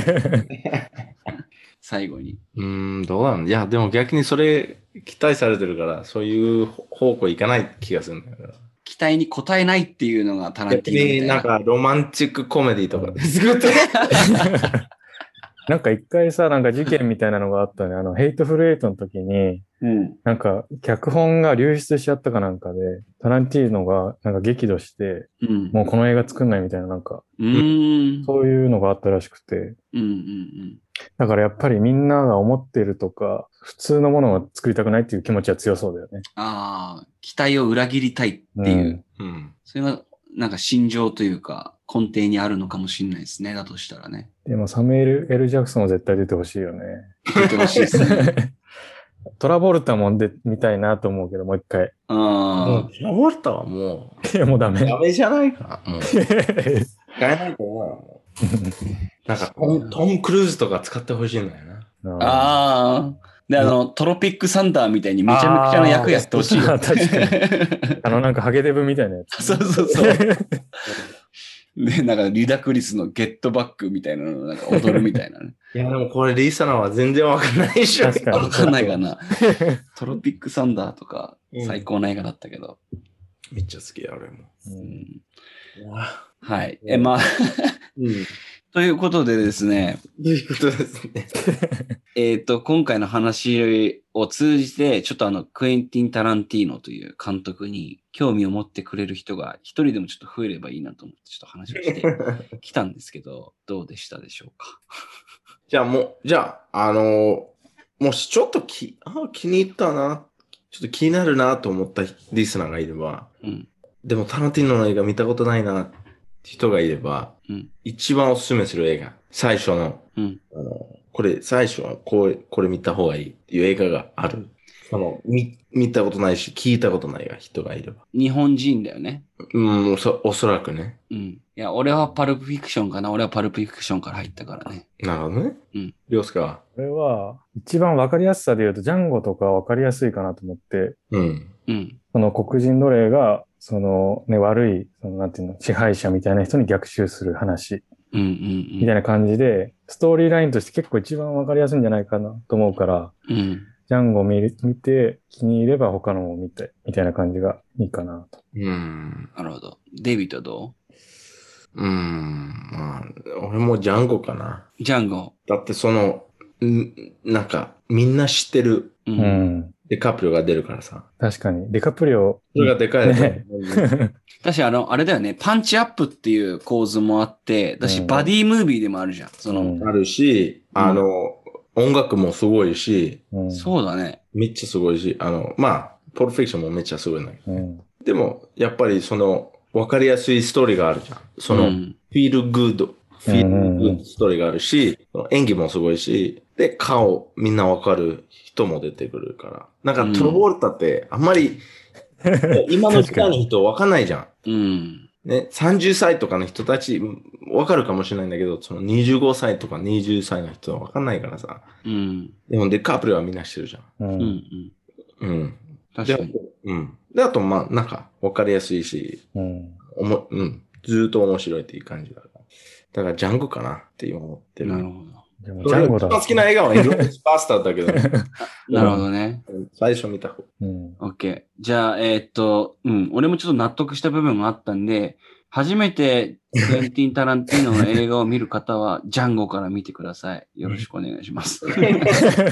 [SPEAKER 1] 最後に。
[SPEAKER 2] うーん、どうなんいや、でも逆にそれ期待されてるから、そういう方向いかない気がするんだよな。
[SPEAKER 1] 期待に応えないっていうのがタラン
[SPEAKER 2] 逆
[SPEAKER 1] ティーノみ
[SPEAKER 2] に
[SPEAKER 1] たい
[SPEAKER 2] なん
[SPEAKER 1] な。
[SPEAKER 2] かロマンチックコメディとか
[SPEAKER 3] うん
[SPEAKER 2] 作って。
[SPEAKER 3] なんか一回さ、なんか事件みたいなのがあったね。あの、ヘイトフルエイトの時に、
[SPEAKER 1] うん。
[SPEAKER 3] なんか脚本が流出しちゃったかなんかで、タランティーノがなんか激怒して、
[SPEAKER 1] うん。
[SPEAKER 3] もうこの映画作んないみたいななんか、
[SPEAKER 1] うーん。
[SPEAKER 3] そういうのがあったらしくて、
[SPEAKER 1] うんうんうん。
[SPEAKER 3] だからやっぱりみんなが思ってるとか、普通のものを作りたくないっていう気持ちは強そうだよね。
[SPEAKER 1] ああ、期待を裏切りたいっていう、
[SPEAKER 3] うん
[SPEAKER 2] うん。
[SPEAKER 1] それがなんか心情というか根底にあるのかもしれないですね。だとしたらね。
[SPEAKER 3] でもサムエル・ L ・ジャクソンは絶対出てほしいよね。
[SPEAKER 1] 言ってほしいですね。
[SPEAKER 3] トラボルタもんで見たいなと思うけど、もう一回。
[SPEAKER 2] も
[SPEAKER 1] あ
[SPEAKER 2] う、ラボルタはも
[SPEAKER 3] いや、もうダ [LAUGHS]
[SPEAKER 2] う、
[SPEAKER 3] メ。
[SPEAKER 2] ダメじゃないかな。もう、使えないと思うな。なんかトム、トム・クルーズとか使ってほしいんだよな。
[SPEAKER 1] あ。ああ。で、あの、トロピックサンダーみたいにめちゃめちゃな役やってほしい。
[SPEAKER 3] あー確かに。あの、なんかハゲデブみたいなや
[SPEAKER 1] [LAUGHS]
[SPEAKER 3] つ。
[SPEAKER 1] そうそうそう。で、なんかリダクリスのゲットバックみたいなのをなんか踊るみたいなね。
[SPEAKER 2] いや、でもこれ、リーサナは全然わかんないでしょ。
[SPEAKER 3] 確かに
[SPEAKER 1] わ [LAUGHS] かんないかな。トロピックサンダーとか
[SPEAKER 2] うん
[SPEAKER 1] 最高な映画だったけど。
[SPEAKER 2] めっちゃ好きや、俺も。
[SPEAKER 3] う
[SPEAKER 1] うんんはい。え、まあ、
[SPEAKER 2] [LAUGHS] うん。
[SPEAKER 1] ということでですね、
[SPEAKER 2] ということですね。
[SPEAKER 1] えっ、と、今回の話を通じて、ちょっとあの、クエンティン・タランティーノという監督に興味を持ってくれる人が一人でもちょっと増えればいいなと思って、ちょっと話をしてきたんですけど、どうでしたでしょうか。
[SPEAKER 2] じゃあもう、じゃあ、あのもしちょっときあ気に入ったな、ちょっと気になるなと思ったリスナーがいれば、
[SPEAKER 1] うん。
[SPEAKER 2] でもタランティーノの映画見たことないなって人がいれば、
[SPEAKER 1] うん。
[SPEAKER 2] 一番おすすめする映画、最初の、
[SPEAKER 1] うん。
[SPEAKER 2] あのこれ、最初はこう、これ見た方がいいっていう映画がある。その、見、見たことないし、聞いたことないが人がいれば。
[SPEAKER 1] 日本人だよね。
[SPEAKER 2] うん、おそおそらくね。
[SPEAKER 1] うん。いや、俺はパルプフィクションかな。俺はパルプフィクションから入ったからね。
[SPEAKER 2] なるほどね。
[SPEAKER 1] うん。
[SPEAKER 2] りょうすかは
[SPEAKER 3] これは、一番わかりやすさで言うと、ジャンゴとかわかりやすいかなと思って、
[SPEAKER 2] うん。
[SPEAKER 1] うん。
[SPEAKER 3] その黒人奴隷が、そのね、悪い、そのなんていうの、支配者みたいな人に逆襲する話、
[SPEAKER 1] うんうん
[SPEAKER 3] みたいな感じで、ストーリーラインとして結構一番わかりやすいんじゃないかなと思うから、
[SPEAKER 1] うん。うん。
[SPEAKER 3] ジャンゴ見る見て、気に入れば他のも見て、みたいな感じがいいかなと。
[SPEAKER 2] うん。
[SPEAKER 1] なるほど。デイビッドはど
[SPEAKER 2] うん。まあ、俺もジャンゴかな。
[SPEAKER 1] うジャンゴ。
[SPEAKER 2] だってその、んなんか、みんな知ってる
[SPEAKER 1] う。
[SPEAKER 3] うんん。
[SPEAKER 2] デカプリオが出るからさ。
[SPEAKER 3] 確かに。デカプリオ、
[SPEAKER 2] それがでかいな
[SPEAKER 3] ね
[SPEAKER 1] だし、あの、あれだよね。パンチアップっていう構図もあって、だし、
[SPEAKER 3] うん
[SPEAKER 1] バディムービーでもあるじゃん。その、
[SPEAKER 3] うん
[SPEAKER 2] あるし、
[SPEAKER 1] うん
[SPEAKER 2] あの、音楽もすごいし、
[SPEAKER 3] うん
[SPEAKER 1] そうだね。
[SPEAKER 2] めっちゃすごいし、あの、まあ、ポルフィクションもめっちゃすごいんだけど。
[SPEAKER 3] うん。
[SPEAKER 2] でも、やっぱりその、わかりやすいストーリーがあるじゃん。その、
[SPEAKER 1] う
[SPEAKER 2] フ
[SPEAKER 1] ん
[SPEAKER 2] ィールグッド、フィールグ
[SPEAKER 3] うんうんう
[SPEAKER 2] ッド
[SPEAKER 3] ん
[SPEAKER 2] ストーリーがあるし、その演技もすごいし、で、顔、みんなわかる人も出てくるから。なんか、トロボルタって、あんま
[SPEAKER 1] [LAUGHS]
[SPEAKER 2] り、今の時代の人わかんないじゃん。
[SPEAKER 1] うん。
[SPEAKER 2] ね、30歳とかの人たち、わかるかもしれないんだけど、その25歳とか20歳の人はわかんないからさ。
[SPEAKER 1] うん。
[SPEAKER 2] でも、デカプリはみんな知ってるじゃん。
[SPEAKER 3] う
[SPEAKER 1] うんん。うん。
[SPEAKER 2] うん。
[SPEAKER 1] 確かに。
[SPEAKER 2] うん。で、あと、まあ、なんか、わかりやすいし、
[SPEAKER 3] うん。
[SPEAKER 2] おも、うん。ずーっと面白いっていう感じだから。だから、ジャンゴかなって今思ってる。
[SPEAKER 1] なるほ
[SPEAKER 3] でも
[SPEAKER 2] 俺
[SPEAKER 3] ジャンゴだ。
[SPEAKER 2] 一番好きな映画はイングリッシュバスターだけど、
[SPEAKER 3] [LAUGHS]
[SPEAKER 1] ど。なるほどね。
[SPEAKER 2] 最初見た方。
[SPEAKER 3] うん。 [LAUGHS]
[SPEAKER 1] OK。じゃあ、えーっと、うん、俺もちょっと納得した部分があったんで、初めてクエンティン・タランティーノの映画を見る方
[SPEAKER 3] [LAUGHS]
[SPEAKER 1] は、ジャンゴから見てください。よろしくお願いします。 [LAUGHS] とい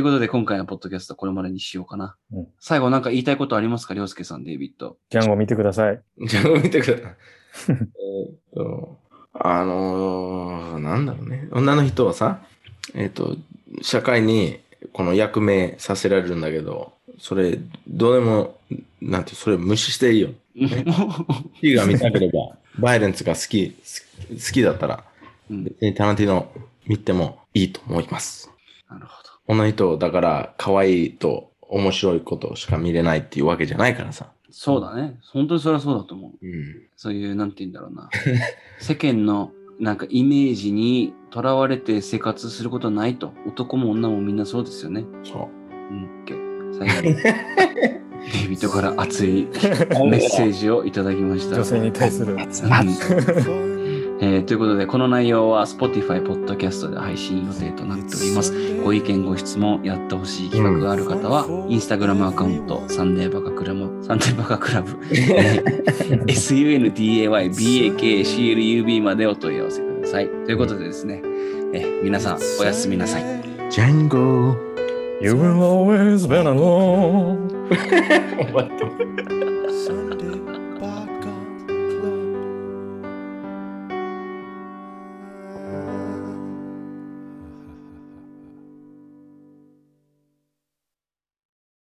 [SPEAKER 1] うことで、今回のポッドキャストはこれまでにしようかな。
[SPEAKER 3] うん
[SPEAKER 1] 最後、なんか言いたいことありますか、りょうすけさん、デイビッド。
[SPEAKER 3] ジャンゴ見てください。
[SPEAKER 2] ジャンゴ見てくれた。
[SPEAKER 3] [LAUGHS]
[SPEAKER 2] えーっと、あのー、なんだろうね。女の人はさ、えーっと、社会にこの役名させられるんだけど、それ、どうでも、なんて、それ無視していいよ。
[SPEAKER 1] [LAUGHS]
[SPEAKER 2] 好きが見たければ、バイレンスが好き、好き好きだったら、
[SPEAKER 1] うん
[SPEAKER 2] 別にタランティーノ見てもいいと思います。
[SPEAKER 1] なるほど。
[SPEAKER 2] 女の人、だから、可愛いと面白いことしか見れないっていうわけじゃないからさ。
[SPEAKER 1] そうだね。本当にそれはそうだと思う。
[SPEAKER 2] うん。
[SPEAKER 1] そういう、なんて言うんだろう
[SPEAKER 3] [LAUGHS]
[SPEAKER 1] な。世間の、なんかイメージにとらわれて生活することはないと。男も女もみんなそうですよね。
[SPEAKER 2] そう。
[SPEAKER 1] うん、OK 最後にデビットから熱
[SPEAKER 3] [LAUGHS]
[SPEAKER 1] いメッセージをいただきました。
[SPEAKER 3] 女性に対する。
[SPEAKER 1] うんえーということで、この内容は Spotify、Podcast で配信予定となっております。ご意見、ご質問、やってほしい企画がある方は、Instagram アカウント、サンデーバカクラブ、サンデーバカクラ
[SPEAKER 3] [LAUGHS]
[SPEAKER 1] ブ、えー sundaybakclub までお問い合わせください。ということでですね、えー皆さん、おやすみなさい。 [LAUGHS]
[SPEAKER 2] ジャンゴ
[SPEAKER 3] You will always be alone.
[SPEAKER 4] Sunday, back on.